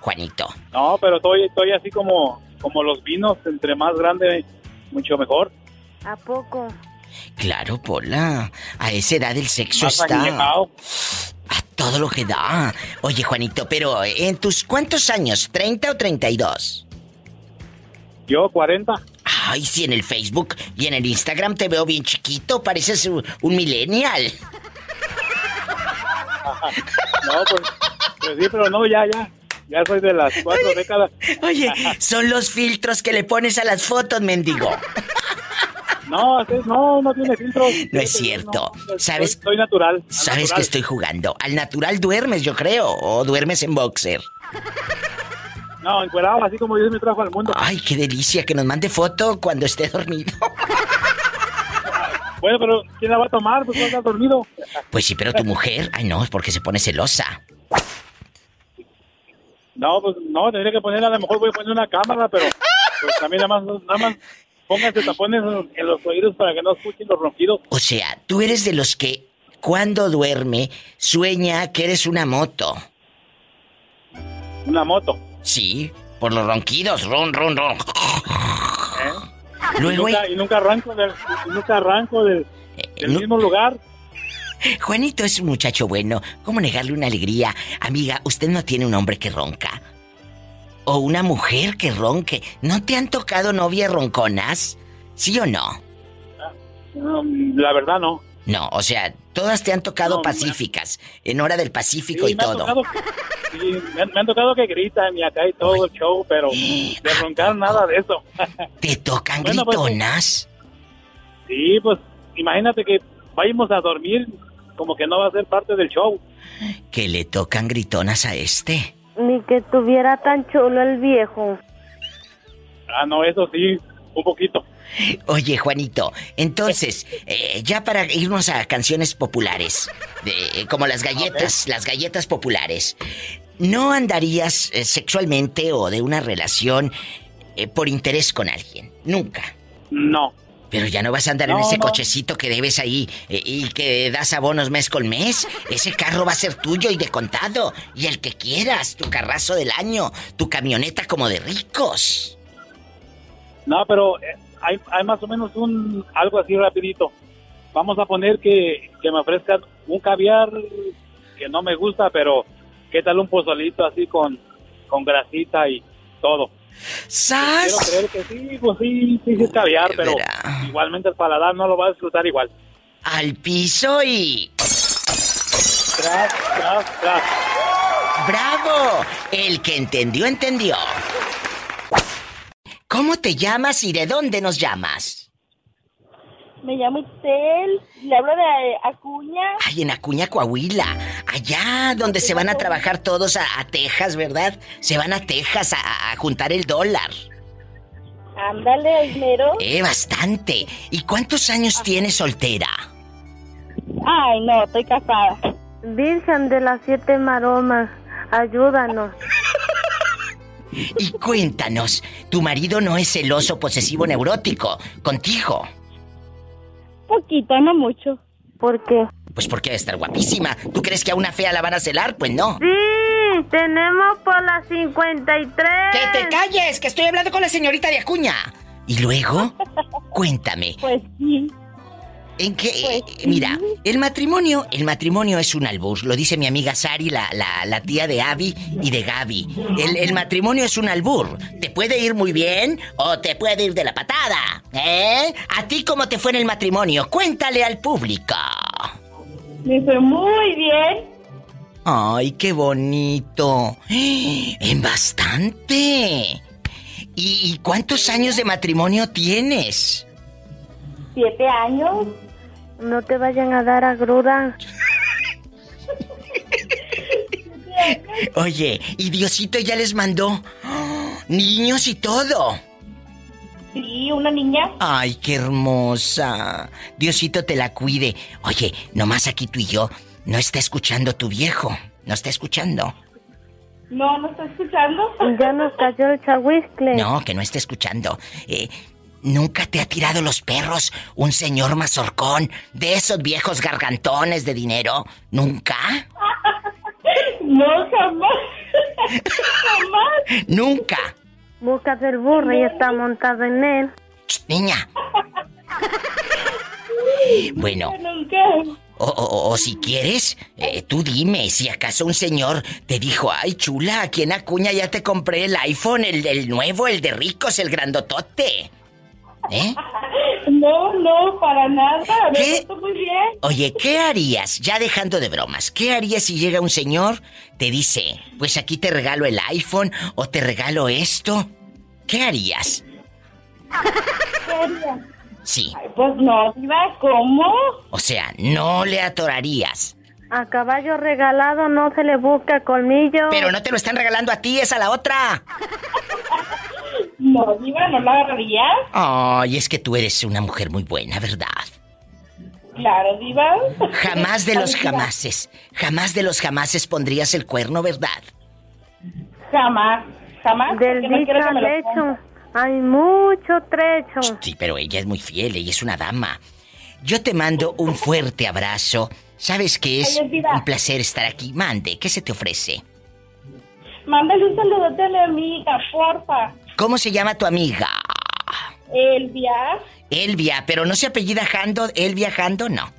Speaker 2: Juanito.
Speaker 4: No, pero estoy, estoy así como, como los vinos, entre más grande, mucho mejor.
Speaker 5: ¿A poco?
Speaker 2: Claro, Pola. A esa edad el sexo
Speaker 4: Más
Speaker 2: está.
Speaker 4: añejao.
Speaker 2: A todo lo que da. Oye, Juanito, pero eh, ¿en tus cuántos años? ¿30 o 32?
Speaker 4: Yo, 40.
Speaker 2: Ay, sí, en el Facebook y en el Instagram te veo bien chiquito. Pareces un, un millennial.
Speaker 4: No, pues, pues sí, pero no, ya, ya. Ya soy de las cuatro décadas.
Speaker 2: Oye, son los filtros que le pones a las fotos, mendigo.
Speaker 4: No, es- no, no tiene filtro.
Speaker 2: No es cierto. ¿Sabes?
Speaker 4: Soy natural.
Speaker 2: Sabes
Speaker 4: natural.
Speaker 2: que estoy jugando. Al natural duermes, yo creo. O duermes en boxer.
Speaker 4: No, encuerado, así como Dios me trajo al mundo.
Speaker 2: Ay, qué delicia. Que nos mande foto cuando esté dormido.
Speaker 4: Bueno, pero ¿quién la va a tomar? Pues no estás dormido.
Speaker 2: Pues sí, pero tu mujer. Ay, no, es porque se pone celosa.
Speaker 4: No, pues no, tendría que poner, a lo mejor voy a poner una cámara, pero pues también nada más, nada más pónganse tapones en, en los oídos para que no escuchen los ronquidos.
Speaker 2: O sea, tú eres de los que cuando duerme sueña que eres una moto.
Speaker 4: Una moto.
Speaker 2: Sí, por los ronquidos, ron, ron, ron.
Speaker 4: ¿eh?
Speaker 2: Luego,
Speaker 4: y, nunca, y nunca arranco del, y nunca arranco del, del mismo lugar.
Speaker 2: Eh, Juanito es un muchacho bueno. ¿Cómo negarle una alegría? Amiga, usted no tiene un hombre que ronca. O una mujer que ronque. ¿No te han tocado novias ronconas? ¿Sí o no?
Speaker 4: Um, la verdad no.
Speaker 2: No, o sea, todas te han tocado
Speaker 4: No,
Speaker 2: pacíficas, en hora del Pacífico
Speaker 4: Sí,
Speaker 2: y
Speaker 4: me ha
Speaker 2: todo.
Speaker 4: tocado- sí, me, han- me han tocado que gritan y acá y todo el show, pero de roncar nada de eso.
Speaker 2: ¿Te tocan
Speaker 4: Bueno, pues,
Speaker 2: gritonas?
Speaker 4: Sí, pues imagínate que vayamos a dormir como que no va a ser parte del show.
Speaker 2: ¿Que le tocan gritonas a este?
Speaker 5: Ni que tuviera tan chulo el viejo.
Speaker 4: Ah, no, eso sí. un poquito.
Speaker 2: Oye, Juanito, entonces, eh, ya para irnos a canciones populares, de- eh, como las galletas, las galletas populares, ¿no andarías eh, sexualmente o de una relación eh, por interés con alguien? Nunca.
Speaker 4: No.
Speaker 2: Pero ya no vas a andar en
Speaker 4: No,
Speaker 2: ese
Speaker 4: no.
Speaker 2: cochecito que debes ahí eh, y que das abonos mes con mes. Ese carro va a ser tuyo y de contado. Y el que quieras, tu carrazo del año, tu camioneta como de ricos.
Speaker 4: No, pero eh, hay, hay más o menos un algo así rapidito. Vamos a poner que, que me ofrezcan un caviar que no me gusta, pero ¿qué tal un pozolito así con, con grasita y todo?
Speaker 2: ¡Sas!
Speaker 4: Quiero creer que Ah, sí, pues sí, sí, sí es caviar, pero igualmente el paladar no lo va a disfrutar igual.
Speaker 2: Al piso y...
Speaker 4: Tras, tras, tras.
Speaker 2: ¡Bravo! El que entendió, entendió. ¿Cómo te llamas y de dónde nos llamas?
Speaker 16: Me llamo Itzel, le hablo de Acuña.
Speaker 2: Ay, en Acuña, Coahuila. Allá donde se van a trabajar todos a, a Texas, ¿verdad? Se van a Texas a- a- a juntar el dólar.
Speaker 16: Ándale, Ismero.
Speaker 2: Eh, bastante. ¿Y cuántos años tienes soltera?
Speaker 16: Ay, no, estoy casada.
Speaker 5: Virgen de las siete maromas, ayúdanos.
Speaker 2: Y cuéntanos, tu marido no es celoso, posesivo, neurótico. Contigo.
Speaker 16: Poquito, no mucho.
Speaker 5: ¿Por qué?
Speaker 2: Pues porque debe estar guapísima. ¿Tú crees que a una fea la van a celar? Pues no.
Speaker 5: Sí, Mm, tenemos por las 53.
Speaker 2: ¡Que te calles! ¡Que estoy hablando con la señorita de Acuña! Y luego, cuéntame.
Speaker 16: Pues sí. Pues
Speaker 2: ¿En qué? eh, Mira, el matrimonio, el matrimonio es un albur, lo dice mi amiga Sari, la, la- la tía de Abby y de Gaby. El, el matrimonio es un albur. Te puede ir muy bien o te puede ir de la patada. ¿Eh? ¿A ti cómo te fue en el matrimonio? Cuéntale al público.
Speaker 16: Me fue muy bien.
Speaker 2: Ay, qué bonito. En bastante. ¿Y, y cuántos años de matrimonio tienes?
Speaker 16: Siete años.
Speaker 5: No te vayan a dar agruda.
Speaker 2: Oye, y Diosito ya les mandó ¡oh! niños y todo.
Speaker 16: Sí, una niña.
Speaker 2: Ay, qué hermosa. Diosito te la cuide. Oye, nomás aquí tú y yo. No está escuchando tu viejo. No está escuchando.
Speaker 16: No, no está escuchando.
Speaker 5: Ya nos cayó el chahuiscle.
Speaker 2: No, que no está escuchando. Eh, ¿Nunca te ha tirado los perros un señor mazorcón de esos viejos gargantones de dinero? ¿Nunca?
Speaker 16: No, jamás. jamás.
Speaker 2: ¿Nunca?
Speaker 5: Buscas el burro y está montado en él.
Speaker 2: Niña. Bueno,
Speaker 16: Nunca.
Speaker 2: O, o- o si quieres, eh, tú dime si acaso un señor te dijo, ay chula, aquí en Acuña ya te compré el iPhone, el, el nuevo, el de ricos, el grandotote. ¿Eh?
Speaker 16: No, no, para nada. Me
Speaker 2: ¿Qué?
Speaker 16: siento muy bien.
Speaker 2: Oye, ¿qué harías? Ya dejando de bromas, ¿qué harías si llega un señor, te dice, pues aquí te regalo el iPhone o te regalo esto? ¿Qué harías?
Speaker 16: ¿Qué haría?
Speaker 2: Sí,
Speaker 16: Ay, Pues no, diva, ¿cómo?
Speaker 2: o sea, no le atorarías.
Speaker 5: A caballo regalado no se le busca colmillo.
Speaker 2: Pero no te lo están regalando a ti, es a la otra.
Speaker 16: No, diva, no la agarraría.
Speaker 2: Ay, es que tú eres una mujer muy buena, ¿verdad?
Speaker 16: Claro, diva.
Speaker 2: Jamás de los
Speaker 16: Ay, diva,
Speaker 2: jamases. Jamás de los jamases pondrías el cuerno, ¿verdad?
Speaker 16: Jamás, jamás.
Speaker 5: Del
Speaker 16: porque no
Speaker 5: dicho
Speaker 16: quiero que
Speaker 5: al
Speaker 16: me lo
Speaker 5: hecho,
Speaker 16: ponga.
Speaker 5: hay mucho trecho.
Speaker 2: Sí, pero ella es muy fiel, ella es una dama. Yo te mando un fuerte abrazo. Sabes que es
Speaker 16: Ay, Elvira.
Speaker 2: un placer estar aquí. Mande, ¿qué se te ofrece?
Speaker 16: Mándale un saludote a mi amiga, porfa.
Speaker 2: ¿Cómo se llama tu amiga?
Speaker 16: Elvia.
Speaker 2: Elvia, pero no se apellida Jando, Elvia Jando, no.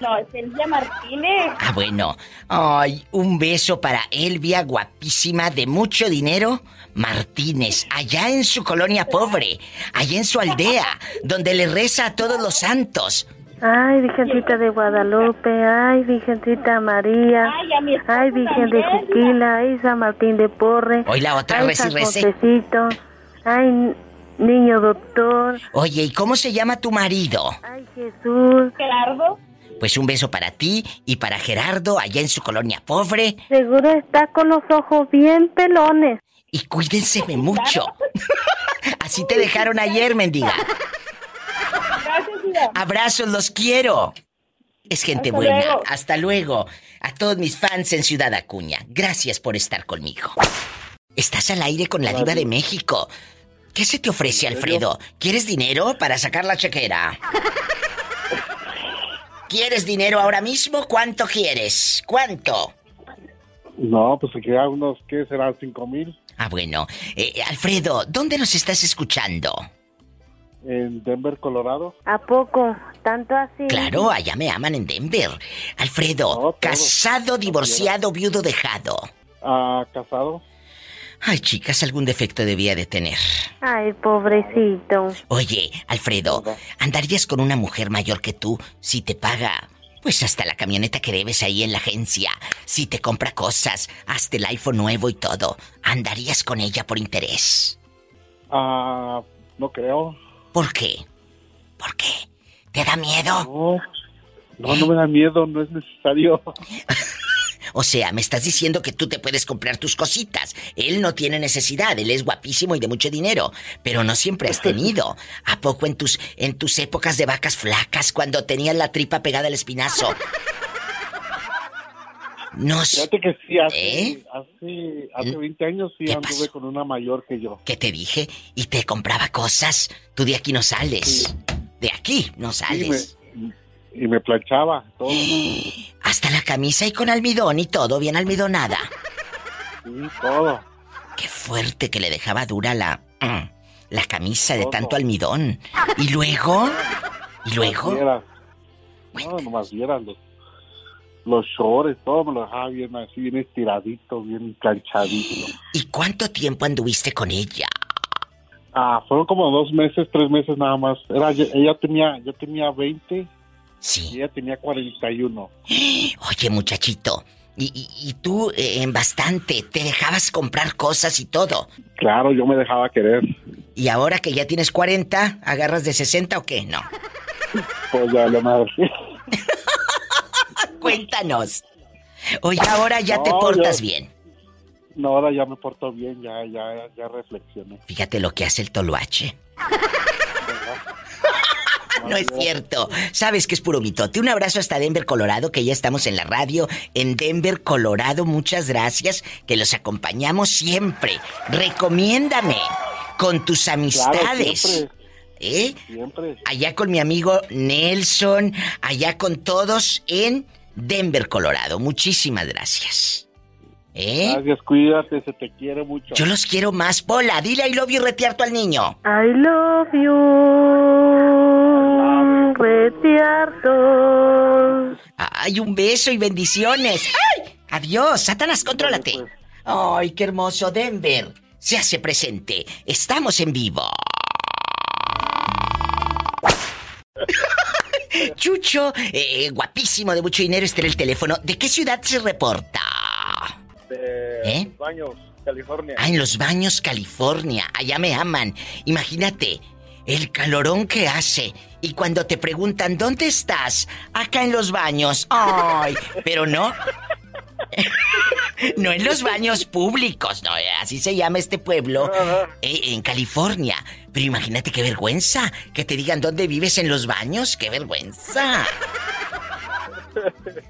Speaker 16: No, es Elvia Martínez.
Speaker 2: Ah, bueno. Ay, un beso para Elvia, guapísima, de mucho dinero, Martínez, allá en su colonia pobre, allá en su aldea, donde le reza a todos los santos.
Speaker 5: Ay, Virgencita de Guadalupe, ay, Virgencita María,
Speaker 16: Ay, a mi esposo
Speaker 5: ay, Virgen de
Speaker 16: también,
Speaker 5: Juquila, ay, San Martín de Porre.
Speaker 2: Hoy la otra
Speaker 5: ay,
Speaker 2: reci,
Speaker 5: San
Speaker 2: reci.
Speaker 5: Josecito, ay, n- niño doctor,
Speaker 2: Oye, ¿y cómo se llama tu marido?
Speaker 5: ay, Jesús.
Speaker 16: Gerardo.
Speaker 2: Pues un beso para ti y para Gerardo, allá en su colonia pobre,
Speaker 5: Seguro está con los ojos bien pelones.
Speaker 2: y cuídense mucho. Así te dejaron ayer, mendiga. Abrazos, los quiero. Es gente
Speaker 9: Hasta
Speaker 2: buena.
Speaker 9: luego.
Speaker 2: Hasta luego. A todos mis fans en Ciudad Acuña. Gracias por estar conmigo. Estás al aire con la diva de México. ¿Qué se te ofrece, Alfredo? ¿Quieres dinero para sacar la chequera? ¿Quieres dinero ahora mismo? ¿Cuánto quieres? ¿Cuánto?
Speaker 17: No, pues se queda unos, ¿qué será? ¿Cinco mil?
Speaker 2: Ah, bueno. Eh, Alfredo, ¿dónde nos estás escuchando?
Speaker 17: En Denver, Colorado.
Speaker 5: ¿A poco? ¿Tanto así?
Speaker 2: Claro, allá me aman en Denver. Alfredo, casado, divorciado, viudo, dejado.
Speaker 17: Ah, casado.
Speaker 2: Ay, chicas, algún defecto debía de tener.
Speaker 5: Ay, pobrecito.
Speaker 2: Oye, Alfredo, ¿andarías con una mujer mayor que tú si te paga? Pues hasta la camioneta que debes ahí en la agencia, si te compra cosas, hasta el iPhone nuevo y todo, ¿andarías con ella por interés?
Speaker 17: Ah, no creo.
Speaker 2: ¿Por qué? ¿Por qué? ¿Te da miedo?
Speaker 17: No, no me da miedo, no es necesario.
Speaker 2: O sea, me estás diciendo que tú te puedes comprar tus cositas. Él no tiene necesidad, él es guapísimo y de mucho dinero, pero no siempre has tenido. ¿A poco en tus en tus épocas de vacas flacas cuando tenías la tripa pegada al espinazo? No ¿Eh? sé.
Speaker 17: Fíjate que sí, hace, hace, hace 20 años sí anduve con una mayor que yo.
Speaker 2: ¿Qué te dije? Y te compraba cosas. Tú de aquí no sales. De aquí no sales.
Speaker 17: Y me planchaba todo.
Speaker 2: Hasta la camisa y con almidón y todo, bien almidonada.
Speaker 17: Sí, todo.
Speaker 2: Qué fuerte que le dejaba dura la. mm, La camisa de tanto almidón. Y luego. Y luego.
Speaker 17: Vieras. No, nomás vieras los, los shorts, todo me lo dejaba bien así, bien estiradito, bien planchadito.
Speaker 2: ¿Y cuánto tiempo anduviste con ella?
Speaker 17: Ah, fueron como dos meses, tres meses nada más. Era, yo- ella tenía, yo tenía 20
Speaker 2: y
Speaker 17: ella tenía 41.
Speaker 2: Oye, muchachito. Y, y- y tú, eh, en bastante, te dejabas comprar cosas y todo.
Speaker 17: Claro, yo me dejaba querer.
Speaker 2: ¿Y ahora que ya tienes 40, agarras de 60 o qué? No.
Speaker 17: Pues ya, la madre.
Speaker 2: Cuéntanos. Oye, ahora ya te
Speaker 17: No,
Speaker 2: portas
Speaker 17: yo-
Speaker 2: bien.
Speaker 17: No, ahora ya me porto bien, ya, ya, ya reflexioné.
Speaker 2: Fíjate lo que hace el toloache. No es cierto. Sabes que es puro mitote. Un abrazo hasta Denver, Colorado, que ya estamos en la radio. En Denver, Colorado, muchas gracias, que los acompañamos siempre. Recomiéndame con tus amistades.
Speaker 17: siempre.
Speaker 2: ¿Eh?
Speaker 17: Siempre.
Speaker 2: Allá con mi amigo Nelson, allá con todos en Denver, Colorado. Muchísimas gracias. ¿Eh?
Speaker 17: Gracias, cuídate, se te quiere mucho.
Speaker 2: Yo los quiero más. Pola, dile I love you y retearto al niño.
Speaker 5: I love you. Retiarto.
Speaker 2: Ay, un beso y bendiciones. ¡Ay! Adiós, Satanás, contrólate. Ay, qué hermoso Denver. Se hace presente. Estamos en vivo. Chucho, eh, guapísimo, de mucho dinero, este era el teléfono. ¿De qué ciudad se reporta?
Speaker 4: de
Speaker 2: ¿Eh?
Speaker 4: Los Baños, California.
Speaker 2: Ah, en Los Baños, California. Allá me aman. Imagínate, el calorón que hace. Y cuando te preguntan, ¿dónde estás? Acá en Los Baños. Ay, pero no. No en los baños públicos, no, eh, así se llama este pueblo eh, en California. Pero imagínate qué vergüenza que te digan dónde vives en los baños, qué vergüenza.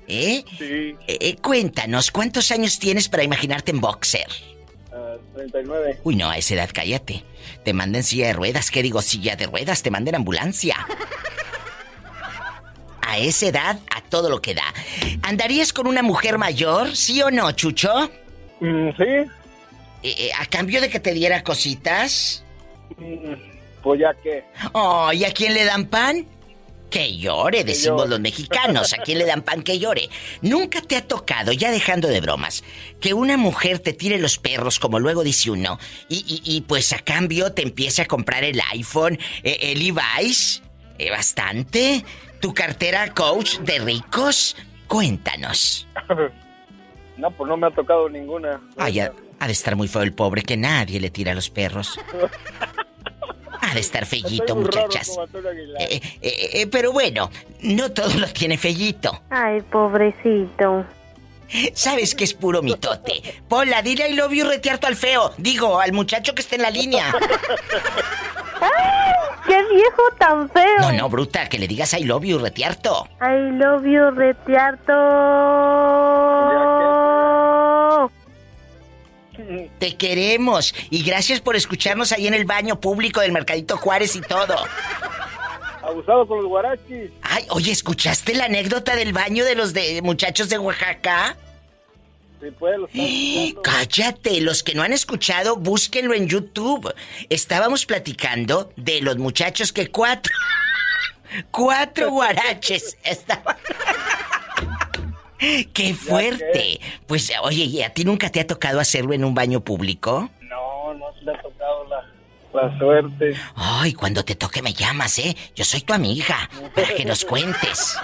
Speaker 2: ¿Eh?
Speaker 4: Sí.
Speaker 2: Eh, eh, cuéntanos, ¿cuántos años tienes para imaginarte en boxer?
Speaker 4: Ah, 39.
Speaker 2: Uy, no, a esa edad cállate. Te mandan silla de ruedas. ¿Qué digo? Silla de ruedas, te mandan ambulancia. A esa edad, a todo lo que da. ¿Andarías con una mujer mayor, sí o no, Chucho?
Speaker 4: Mm,
Speaker 2: Eh,
Speaker 4: sí.
Speaker 2: ¿A cambio de que te diera cositas?
Speaker 4: Pues ya que.
Speaker 2: Oh, ¿y a quién le dan pan? Que llore, decimos los mexicanos. ¿A quién le dan pan que llore? Nunca te ha tocado, ya dejando de bromas, que una mujer te tire los perros, como luego dice uno, y, y- y, pues a cambio te empieza a comprar el iPhone, eh, el Levi's, eh, bastante, tu cartera coach de ricos. Cuéntanos.
Speaker 4: No, pues no me ha tocado ninguna.
Speaker 2: Ay, ha, ha de estar muy feo el pobre que nadie le tira los perros. Ha de estar fellito,
Speaker 4: Estoy muy raro
Speaker 2: muchachas.
Speaker 4: como Antonio Aguilar.
Speaker 2: Eh, eh, eh, pero bueno, no todo lo tiene Fellito.
Speaker 5: Ay, pobrecito.
Speaker 2: Sabes que es puro mitote. Pola, dile I love you retierto al feo. Digo, al muchacho que esté en la línea.
Speaker 5: ¡Ay, ¡Qué viejo tan feo!
Speaker 2: No, no, bruta, que le digas I love you retierto.
Speaker 5: I love you, retiarto.
Speaker 2: Te queremos y gracias por escucharnos ahí en el baño público del Mercadito Juárez y todo.
Speaker 18: Abusado por los guarachis.
Speaker 2: Ay, oye, ¿escuchaste la anécdota del baño de los de muchachos de Oaxaca?
Speaker 18: Sí, pues, los están escuchando.
Speaker 2: Eh, Cállate, los que no han escuchado, búsquenlo en YouTube. Estábamos platicando de los muchachos que cuatro. Cuatro guaraches estaban. ¡Qué fuerte! Pues, oye, ¿y a ti nunca te ha tocado hacerlo en un baño público?
Speaker 18: No, no se le ha tocado la, la suerte.
Speaker 2: Ay, cuando te toque me llamas, ¿eh? Yo soy tu amiga, para que nos cuentes.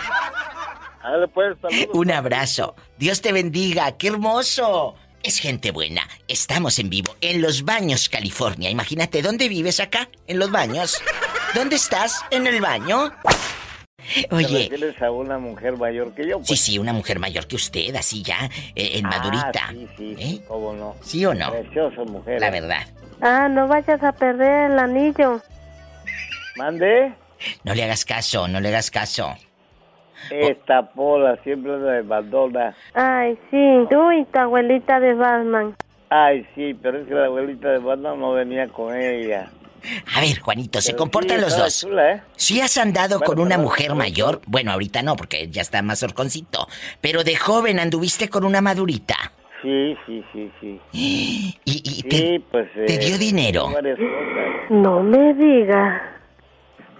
Speaker 18: Ándale, pues, saludos.
Speaker 2: Un abrazo. Dios te bendiga. ¡Qué hermoso! Es gente buena. Estamos en vivo en Los Baños, California. Imagínate, ¿dónde vives acá? En Los Baños. ¿Dónde estás? ¿En el baño? Oye,
Speaker 18: ¿Te refieres a una mujer mayor que yo? pues.
Speaker 2: sí, sí, una mujer mayor que usted, así ya, eh, en madurita. ¿Eh?
Speaker 18: Ah, sí, sí, cómo no.
Speaker 2: ¿Sí o no?
Speaker 18: Preciosa mujer.
Speaker 2: La verdad.
Speaker 5: Ah, no vayas a perder el anillo.
Speaker 18: Mande.
Speaker 2: No le hagas caso, no le hagas caso. Oh.
Speaker 18: Esta pola siempre anda de Madonna.
Speaker 5: Ay, sí, tú y tu abuelita de Batman.
Speaker 18: Ay, sí, pero es que la abuelita de Batman no venía con ella.
Speaker 2: A ver, Juanito, se
Speaker 18: Pero
Speaker 2: comportan
Speaker 18: sí,
Speaker 2: los
Speaker 18: estaba
Speaker 2: dos.
Speaker 18: chula, ¿eh?
Speaker 2: Si has andado con una mujer mayor, bueno, ahorita no, porque ya está más horconcito, pero de joven anduviste con una madurita.
Speaker 18: Sí, sí, sí, sí.
Speaker 2: Y, y te,
Speaker 18: Sí, pues...
Speaker 2: te
Speaker 18: eh,
Speaker 2: dio dinero.
Speaker 18: varias cosas.
Speaker 5: No me digas.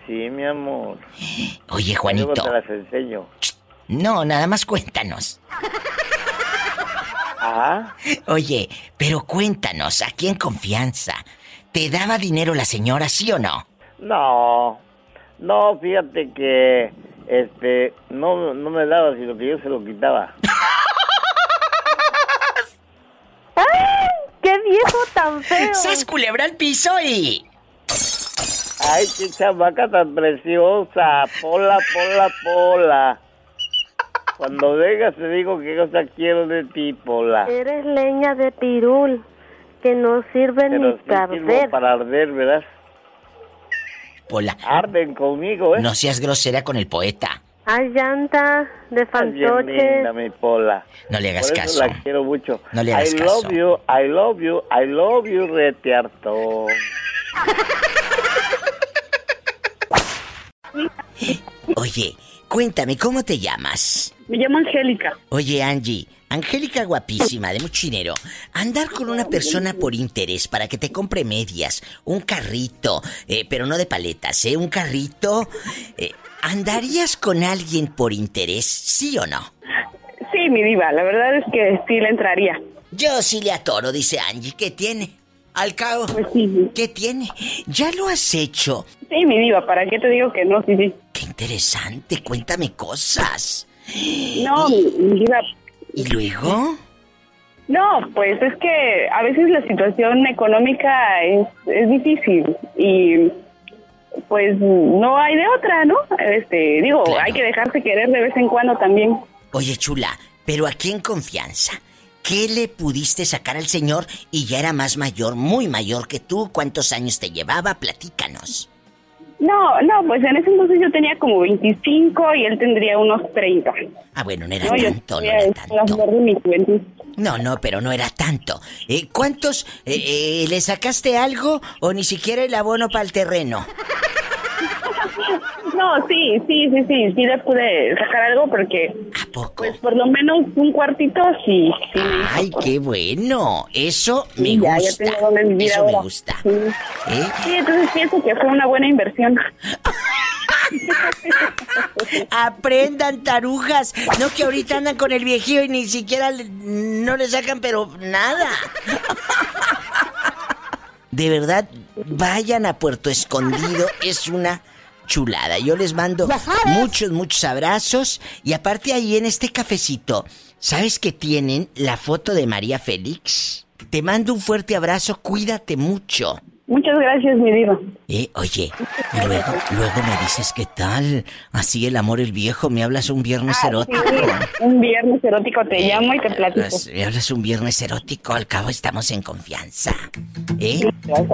Speaker 18: Sí, mi amor.
Speaker 2: Oye,
Speaker 18: Luego
Speaker 2: Juanito,
Speaker 18: te las enseño.
Speaker 2: no, nada más cuéntanos.
Speaker 18: Ajá.
Speaker 2: Oye, pero cuéntanos, aquí en confianza, ¿te daba dinero la señora, sí o no?
Speaker 18: No, no, fíjate que este no, no me daba, sino que yo se lo quitaba.
Speaker 5: ¡Ay, qué viejo tan feo!
Speaker 2: ¡Sas culebra al piso y...!
Speaker 18: Ay, qué chamaca tan preciosa, pola, pola, pola. Cuando vengas te digo qué cosa quiero de ti, pola.
Speaker 5: Eres leña de pirul que no sirve
Speaker 18: Pero
Speaker 5: ni
Speaker 18: sí
Speaker 5: para
Speaker 18: sirvo para arder, ¿verdad?
Speaker 2: Pola,
Speaker 18: Arden conmigo, ¿eh?
Speaker 2: no seas grosera con el poeta.
Speaker 5: Hay llanta de
Speaker 18: Estás bien linda,
Speaker 5: fantoche.
Speaker 18: mi pola.
Speaker 2: No le hagas
Speaker 18: Por eso
Speaker 2: caso.
Speaker 18: la quiero mucho.
Speaker 2: No le hagas
Speaker 18: I
Speaker 2: caso.
Speaker 18: love you, I love you, I love you, retearto.
Speaker 2: Oye, cuéntame, ¿cómo te llamas?
Speaker 19: Me llamo Angélica.
Speaker 2: Oye, Angie, Angélica guapísima, de mucho dinero. Andar con una persona por interés para que te compre medias, un carrito, eh, pero no de paletas, ¿eh? Un carrito. eh, ¿Andarías con alguien por interés, sí o no?
Speaker 16: Sí, mi diva, la verdad es que sí le entraría.
Speaker 2: Yo sí le atoro, dice Angie. ¿Qué tiene? Al cabo,
Speaker 16: Pues sí.
Speaker 2: ¿qué tiene? Ya lo has hecho.
Speaker 16: Sí, mi diva, ¿para qué te digo que no? Sí, sí.
Speaker 2: Qué interesante, cuéntame cosas.
Speaker 16: No, mi, mi diva.
Speaker 2: ¿Y luego?
Speaker 16: No, pues es que a veces la situación económica es, es difícil y pues no hay de otra, ¿no? Este, digo,
Speaker 2: Claro.
Speaker 16: hay que dejarse querer de vez en cuando también.
Speaker 2: Oye, chula, pero aquí en confianza. ¿Qué le pudiste sacar al señor y ya era más mayor, muy mayor que tú? ¿Cuántos años te llevaba? Platícanos.
Speaker 16: No, no, pues en ese entonces yo tenía como 25 y él tendría unos 30.
Speaker 2: Ah, bueno, no era
Speaker 16: No, yo
Speaker 2: tanto, no
Speaker 16: tenía
Speaker 2: era
Speaker 16: la
Speaker 2: tanto.
Speaker 16: flor de mi juventud.
Speaker 2: No, no, pero no era tanto. Eh, ¿Cuántos? eh, eh, ¿Le sacaste algo o ni siquiera el abono para el terreno?
Speaker 16: No, sí, sí, sí, sí, sí le pude sacar algo porque
Speaker 2: ¿A poco?
Speaker 16: pues por lo menos un cuartito sí. sí me hizo.
Speaker 2: Ay, qué bueno. Eso me
Speaker 16: Sí, ya, ya
Speaker 2: gusta.
Speaker 16: tengo dónde vivir
Speaker 2: Eso
Speaker 16: ahora.
Speaker 2: me gusta.
Speaker 16: Sí.
Speaker 2: ¿Eh?
Speaker 16: Sí, entonces pienso que fue una buena inversión.
Speaker 2: Aprendan tarujas, no que ahorita andan con el viejillo y ni siquiera le- no le sacan pero nada. De verdad, vayan a Puerto Escondido, es una chulada. Yo les mando muchos, muchos abrazos y aparte ahí en este cafecito, ¿sabes que tienen la foto de María Félix? Te mando un fuerte abrazo, cuídate mucho.
Speaker 16: Muchas gracias, mi diva.
Speaker 2: Eh, oye, y luego, luego me dices qué tal. Así el amor el viejo, me hablas un viernes erótico.
Speaker 16: Un viernes erótico
Speaker 2: Eh,
Speaker 16: te llamo y te platico.
Speaker 2: Hablas- Me hablas un viernes erótico, al cabo estamos en confianza. ¿Eh?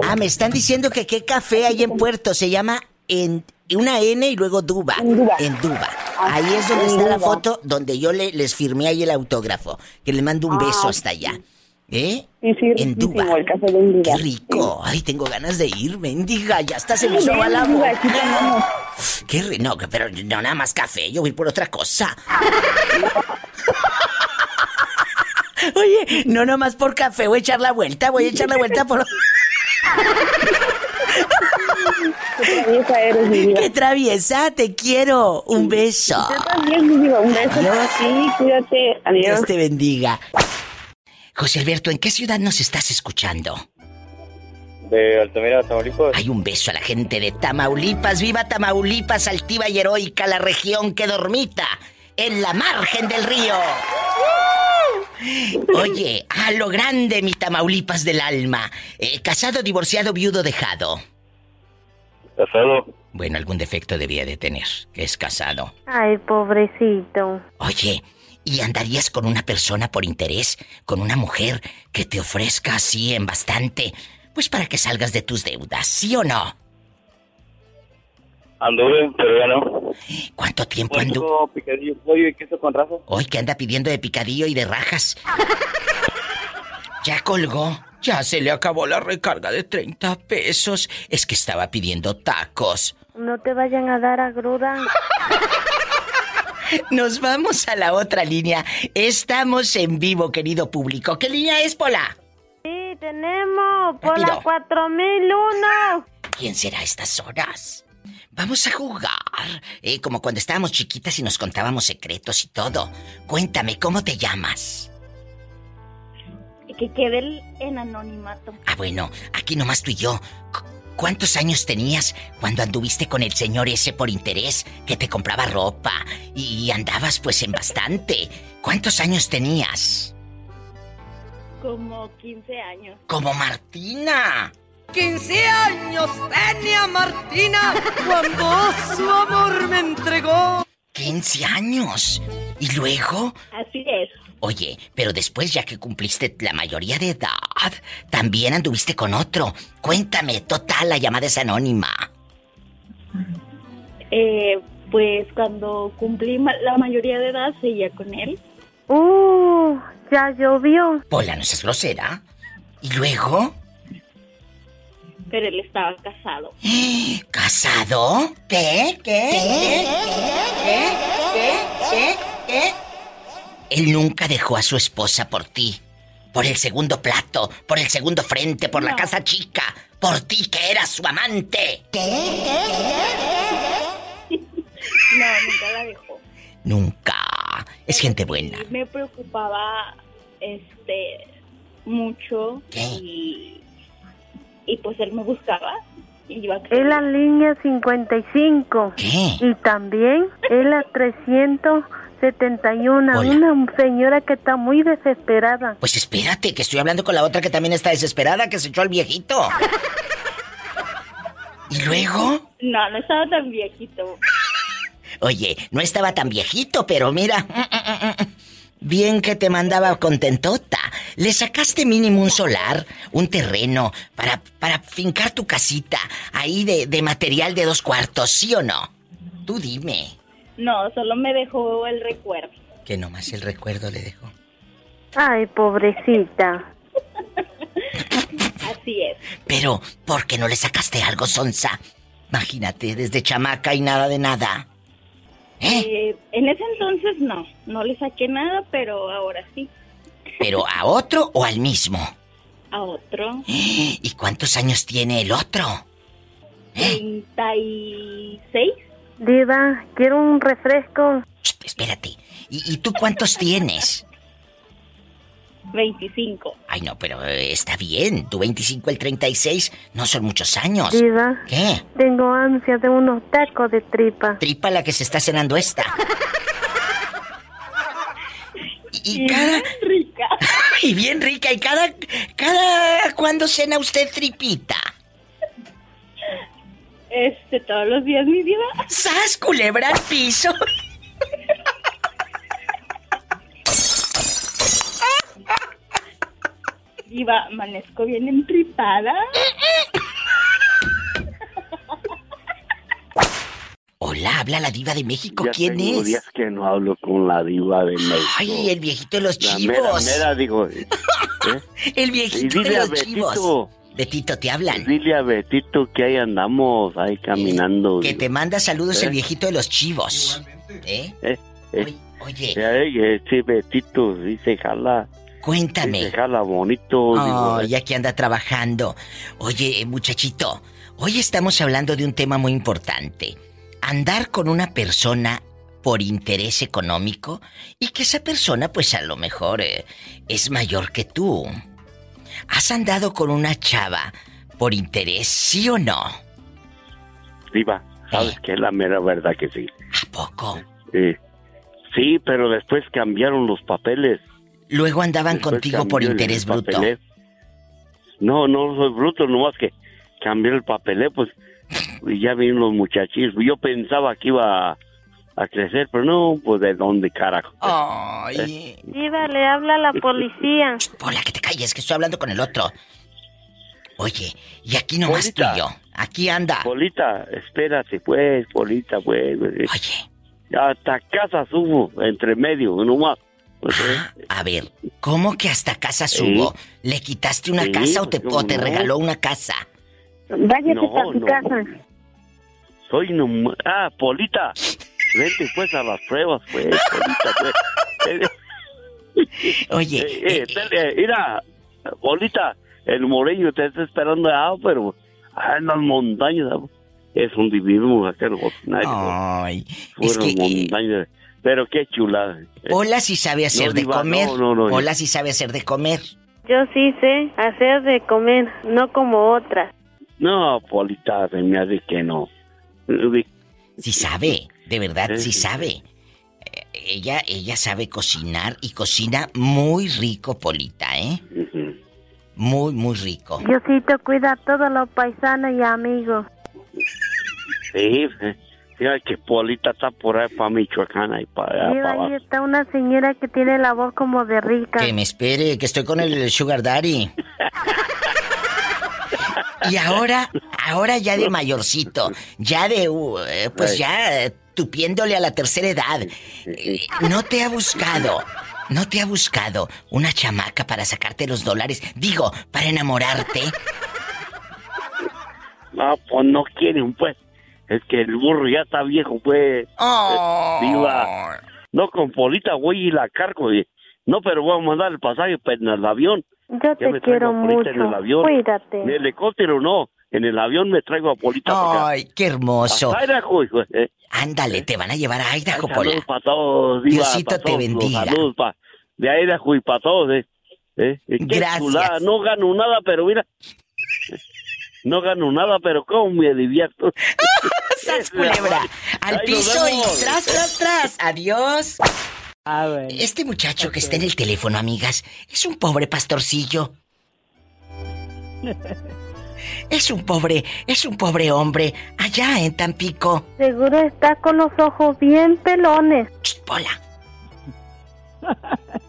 Speaker 2: Ah, me están diciendo que qué café hay en Puerto, se llama en una N y luego Duba. En Duba. Ahí es donde
Speaker 16: en
Speaker 2: está la
Speaker 16: Duba.
Speaker 2: foto donde yo le- les firmé ahí el autógrafo, que le mando un
Speaker 16: Ah,
Speaker 2: beso hasta allá. ¿Eh? en Duba. Qué rico. Ay, tengo ganas de ir, mendiga. Ya hasta se me
Speaker 16: Ay,
Speaker 2: hizo agua la
Speaker 16: ven, diva,
Speaker 2: boca. Qué rico. No, pero no nada más café. Yo voy por otra cosa. Oye, no nada más por café. Voy a echar la vuelta. Voy a echar la vuelta por...
Speaker 16: Qué traviesa eres, mi diva.
Speaker 2: ¡Qué traviesa! Te quiero. Un beso.
Speaker 16: Yo también, mi diva. Un beso.
Speaker 2: Adiós.
Speaker 16: Sí, cuídate. Adiós.
Speaker 2: Dios te bendiga. José Alberto, ¿en qué ciudad nos estás escuchando?
Speaker 18: De Altamira, Tamaulipas.
Speaker 2: Hay un beso a la gente de Tamaulipas. ¡Viva Tamaulipas, altiva y heroica, la región que dormita en la margen del río! Oye, a lo grande, mi Tamaulipas del alma. Eh, casado, divorciado, viudo, dejado.
Speaker 18: Casado.
Speaker 2: Bueno, algún defecto debía de tener, que es casado.
Speaker 5: Ay, pobrecito.
Speaker 2: Oye, ¿y andarías con una persona por interés? ¿Con una mujer que te ofrezca así en bastante? Pues para que salgas de tus deudas, ¿sí o no?
Speaker 18: Anduve, pero ya no.
Speaker 2: ¿Cuánto tiempo anduvo?
Speaker 18: Puerco, picadillo, pollo y queso con raza.
Speaker 2: Hoy que anda pidiendo de picadillo y de rajas. Ya colgó. Ya se le acabó la recarga de 30 pesos. Es que estaba pidiendo tacos.
Speaker 5: No te vayan a dar agrura.
Speaker 2: Nos vamos a la otra línea. Estamos en vivo, querido público. ¿Qué línea es, Pola?
Speaker 5: Sí, tenemos por
Speaker 2: Rápido.
Speaker 5: la 4001.
Speaker 2: ¿Quién será a estas horas? Vamos a jugar. Eh, como cuando estábamos chiquitas y nos contábamos secretos y todo. Cuéntame, ¿cómo te llamas?
Speaker 9: Que quede el- en anonimato.
Speaker 2: Ah, bueno, aquí nomás tú y yo. Cu- ¿Cuántos años tenías cuando anduviste con el señor ese por interés que te compraba ropa y andabas pues en bastante? ¿Cuántos años tenías?
Speaker 9: Como 15 años.
Speaker 2: Como Martina.
Speaker 20: 15 años tenía Martina cuando su amor me entregó.
Speaker 2: 15 años. ¿Y luego?
Speaker 9: Así es.
Speaker 2: Oye, pero después ya que cumpliste la mayoría de edad, también anduviste con otro. Cuéntame, total, la llamada es anónima.
Speaker 9: Eh, pues cuando cumplí ma- la mayoría de edad, seguía con él.
Speaker 5: Uh, ya llovió.
Speaker 2: Hola, no seas grosera. ¿Y luego?
Speaker 9: Pero él estaba casado.
Speaker 2: ¿Casado? ¿Qué? ¿Qué? ¿Qué? ¿Qué? ¿Qué? ¿Qué? ¿Qué? Él nunca dejó a su esposa por ti. Por el segundo plato, por el segundo frente, por la casa chica, por ti que eras su amante.
Speaker 9: No, nunca la dejó.
Speaker 2: Nunca. Es gente buena.
Speaker 9: Me preocupaba este mucho y, y pues él me buscaba y iba a
Speaker 5: Es la línea 55. Y también es la 371. Una señora que está muy desesperada.
Speaker 2: Pues espérate, que estoy hablando con la otra que también está desesperada, que se echó al viejito. ¿Y luego?
Speaker 9: No, no estaba tan viejito.
Speaker 2: Oye, no estaba tan viejito, pero mira. Bien que te mandaba contentota. Le sacaste mínimo un solar, un terreno, para, para fincar tu casita, ahí de, de material de dos cuartos, ¿sí o no? Tú dime,
Speaker 9: No, solo me dejó el recuerdo.
Speaker 2: que nomás el recuerdo le dejó.
Speaker 5: Ay, pobrecita.
Speaker 9: Así es.
Speaker 2: Pero, ¿por qué no le sacaste algo, Sonsa? Imagínate, desde chamaca y nada de nada.
Speaker 9: Eh, en ese entonces no, no le saqué nada, pero ahora sí,
Speaker 2: ¿Pero a otro o al mismo?
Speaker 9: a otro.
Speaker 2: ¿Y cuántos años tiene el otro?
Speaker 9: 36.
Speaker 5: Diva, quiero un refresco.
Speaker 2: Espérate. ¿Y, y tú cuántos tienes?
Speaker 9: 25.
Speaker 2: Ay, no, pero eh, está bien. Tu 25, el 36, no son muchos años.
Speaker 5: Diva.
Speaker 2: ¿Qué?
Speaker 5: Tengo ansia de unos tacos de tripa.
Speaker 2: Tripa la que se está cenando esta. Y, y cada... rica. Y bien rica. ¿Y cada... cada... ¿Cuándo cena usted tripita?
Speaker 9: Este, todos los días, mi vida.
Speaker 2: ¡Sas, culebra al piso!
Speaker 9: Diva, amanezco bien entripada.
Speaker 2: Hola, habla la diva de México.
Speaker 21: Ya
Speaker 2: ¿Quién
Speaker 21: tengo
Speaker 2: es?
Speaker 21: días que no hablo con la diva de México.
Speaker 2: Ay, el viejito de los
Speaker 21: La
Speaker 2: chivos.
Speaker 21: mera, mera, digo. ¿eh?
Speaker 2: El
Speaker 21: Y
Speaker 2: viejito
Speaker 21: dile
Speaker 2: de
Speaker 21: a
Speaker 2: los
Speaker 21: Betito.
Speaker 2: chivos. Betito, te hablan. Eh,
Speaker 21: Dile a Betito que ahí andamos, ahí caminando.
Speaker 2: Que
Speaker 21: digo.
Speaker 2: te manda saludos
Speaker 21: ¿Eh?
Speaker 2: el viejito de los chivos. ¿Eh?
Speaker 21: Eh, eh.
Speaker 2: Oye.
Speaker 21: Eh, Ese Betito sí se jala.
Speaker 2: Cuéntame.
Speaker 21: se jala bonito. digo,
Speaker 2: Oh,
Speaker 21: eh.
Speaker 2: ya que anda trabajando. Oye, eh, muchachito, hoy estamos hablando de un tema muy importante. Andar con una persona por interés económico y que esa persona pues a lo mejor eh, es mayor que tú. ¿Has andado con una chava por interés, sí o no?
Speaker 21: Diva,
Speaker 2: Eh.
Speaker 21: sabes que es la mera verdad que sí.
Speaker 2: ¿A poco?
Speaker 21: Eh, sí, pero después cambiaron los papeles.
Speaker 2: Luego andaban
Speaker 21: Después
Speaker 2: contigo por
Speaker 21: cambió el
Speaker 2: interés bruto.
Speaker 21: papelé. No, no soy bruto, nomás que cambié el papelé, pues y ya vienen los muchachos. Yo pensaba que iba a, a crecer, pero no, pues de dónde carajo.
Speaker 2: Oh.
Speaker 21: Eh,
Speaker 2: Ay.
Speaker 5: Diva, le habla la policía.
Speaker 2: Hola, que te calles, que estoy hablando con el otro. Oye, y aquí nomás tú y yo. Aquí anda.
Speaker 21: Polita, espérate, pues, Polita, pues. Oye. Hasta casa subo, entre medio, nomás. Pues, eh,
Speaker 2: Ah, A ver, ¿cómo que hasta casa subo? ¿Le quitaste una
Speaker 21: Sí,
Speaker 2: casa o te,
Speaker 21: pues,
Speaker 2: o te
Speaker 21: ¿cómo no?
Speaker 2: regaló una casa?
Speaker 5: Váyase
Speaker 21: No,
Speaker 5: para su
Speaker 21: no. Eh,
Speaker 5: casa.
Speaker 21: Soy num... Ah, Polita. Vente pues a las pruebas, pues. Polita, pues.
Speaker 2: Oye. eh,
Speaker 21: eh, mira, Polita, el moreño te está esperando, ah, pero ah, en las montañas. ah, Es un divino aquel ordinario.
Speaker 2: Ay, eh,
Speaker 21: es que... montañas. Pero qué chulada.
Speaker 2: Hola si sabe hacer
Speaker 21: No,
Speaker 2: de
Speaker 21: diva,
Speaker 2: comer.
Speaker 21: no, no, no,
Speaker 2: Hola
Speaker 21: yo-
Speaker 2: si sabe hacer de comer.
Speaker 5: Yo sí sé hacer de comer, no como otras.
Speaker 21: No, Polita, se me hace que no.
Speaker 2: Si sabe, de verdad, si sabe. Eh, Ella, ella sabe cocinar y cocina muy rico, Polita, ¿eh? Muy, muy rico.
Speaker 5: Diosito cuida a todos los paisanos y amigos.
Speaker 21: Sí, mira que Polita está por ahí para Michoacán y para allá.
Speaker 5: Diva,
Speaker 21: para
Speaker 5: ahí
Speaker 21: abajo.
Speaker 5: está una señora que tiene la voz como de rica.
Speaker 2: Que me espere, que estoy con el Sugar Daddy. Y ahora, ahora ya de mayorcito, ya de, uh, eh, pues
Speaker 22: Ay.
Speaker 2: ya eh, tupiéndole a la tercera edad, eh, no te ha buscado, no te ha buscado una chamaca para sacarte los dólares, digo, para enamorarte.
Speaker 21: No, pues no quieren, pues. Es que el burro ya está viejo, pues.
Speaker 2: Oh.
Speaker 21: Eh, Diva. No, con Polita voy y la cargo. y- No, pero voy a mandar el pasaje pues, en el avión.
Speaker 5: Yo
Speaker 21: Ya
Speaker 5: te
Speaker 21: me
Speaker 5: quiero
Speaker 21: traigo a Polita
Speaker 5: mucho.
Speaker 21: en el avión.
Speaker 5: Cuídate.
Speaker 21: En el helicóptero no. En el avión me traigo a Polita. para acá.
Speaker 2: Ay, qué hermoso.
Speaker 21: Hasta Idaho, hijo, eh.
Speaker 2: Ándale, te van a llevar a Idaho,
Speaker 21: Saludos
Speaker 2: Pola.
Speaker 21: para todos, Diva,
Speaker 2: Diosito
Speaker 21: para
Speaker 2: te
Speaker 21: todos,
Speaker 2: bendiga.
Speaker 21: Saludos pa- de Idaho y para todos. Eh. Eh, eh, qué
Speaker 2: Gracias.
Speaker 21: chulada. No gano nada, pero mira. No gano nada, pero cómo me divierto.
Speaker 2: ¡Sas, culebra! Al
Speaker 21: Ahí nos
Speaker 2: piso y
Speaker 21: vemos.
Speaker 2: tras, tras, tras. Adiós. Este muchacho que está en el teléfono, amigas, es un pobre pastorcillo. Es un pobre, es un pobre hombre allá en Tampico.
Speaker 5: Seguro está con los ojos bien pelones.
Speaker 2: Hola.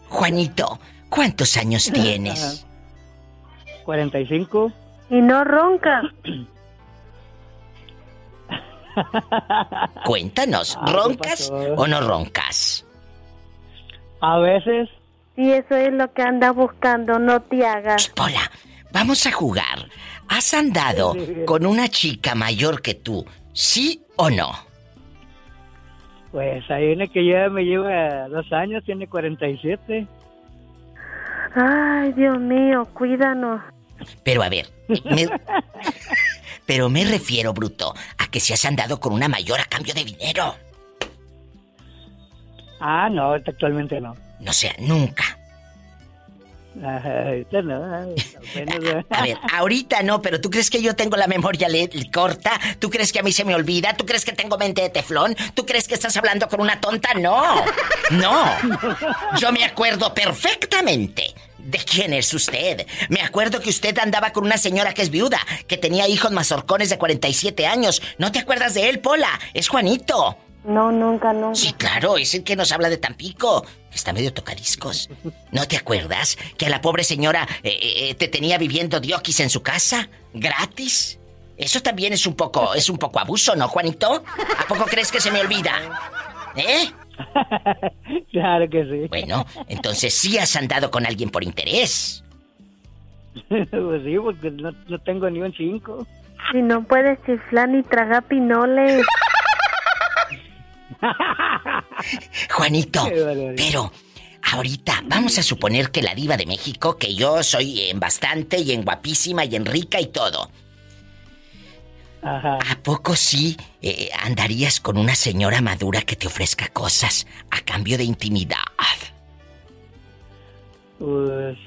Speaker 2: Juanito, ¿cuántos años tienes?
Speaker 11: 45.
Speaker 5: Y no ronca.
Speaker 2: Cuéntanos,
Speaker 11: ¿qué
Speaker 2: ¿roncas
Speaker 11: pasó?
Speaker 2: o no roncas?
Speaker 11: A veces.
Speaker 5: Y eso es lo que anda buscando, no te hagas.
Speaker 2: Hola, vamos a jugar. ¿Has andado con una chica mayor que tú? ¿Sí o no?
Speaker 11: Pues hay una que ya me lleva dos años, tiene 47.
Speaker 5: Ay, Dios mío, cuídanos.
Speaker 2: Pero a ver, me- pero me refiero, Bruto, a que si has andado con una mayor a cambio de dinero.
Speaker 11: Ah, no, actualmente no.
Speaker 2: No sea, nunca.
Speaker 11: Ajá, ahorita no, apenas, ¿eh?
Speaker 2: A ver, ahorita no, pero ¿tú crees que yo tengo la memoria le- corta? ¿Tú crees que a mí se me olvida? ¿Tú crees que tengo mente de teflón? ¿Tú crees que estás hablando con una tonta? No, no. Yo me acuerdo perfectamente ¿De quién es usted? Me acuerdo que usted andaba con una señora que es viuda, que tenía hijos mazorcones de 47 años. ¿No te acuerdas de él, Pola? Es Juanito.
Speaker 5: No, nunca, nunca.
Speaker 2: Sí, claro, es el que nos habla de Tampico. Está medio tocadiscos. ¿No te acuerdas que a la pobre señora eh, eh, te tenía viviendo diokis en su casa? ¿Gratis? Eso también es un poco, es un poco abuso, ¿no, Juanito? ¿A poco crees que se me olvida? ¿Eh?
Speaker 11: Claro que sí.
Speaker 2: Bueno, entonces sí has andado con alguien por interés.
Speaker 11: pues sí, porque no, no tengo ni un cinco.
Speaker 5: Si no puedes chiflar ni tragar pinoles.
Speaker 2: Juanito, pero ahorita vamos a suponer que la diva de México, que yo soy en bastante y en guapísima y en rica y todo. ¿A poco sí eh, andarías con una señora madura que te ofrezca cosas a cambio de intimidad?
Speaker 11: Pues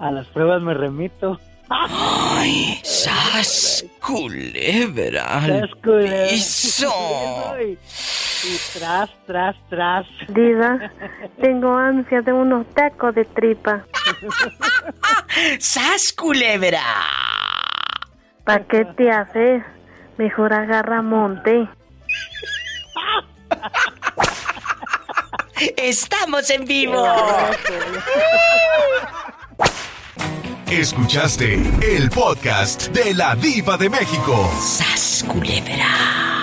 Speaker 11: a las pruebas me remito.
Speaker 2: ¡Ay! ¡Sas culebra! al
Speaker 11: ¡Sas culebra!
Speaker 2: piso!
Speaker 11: Y tras, tras, tras.
Speaker 5: Diva, tengo ansia de unos tacos de tripa.
Speaker 2: ¡Sas culebra!
Speaker 5: ¿Para qué te haces? Mejor agarra monte.
Speaker 2: ¡Estamos en vivo!
Speaker 3: Escuchaste el podcast de la diva de México.
Speaker 2: ¡Sas culebra!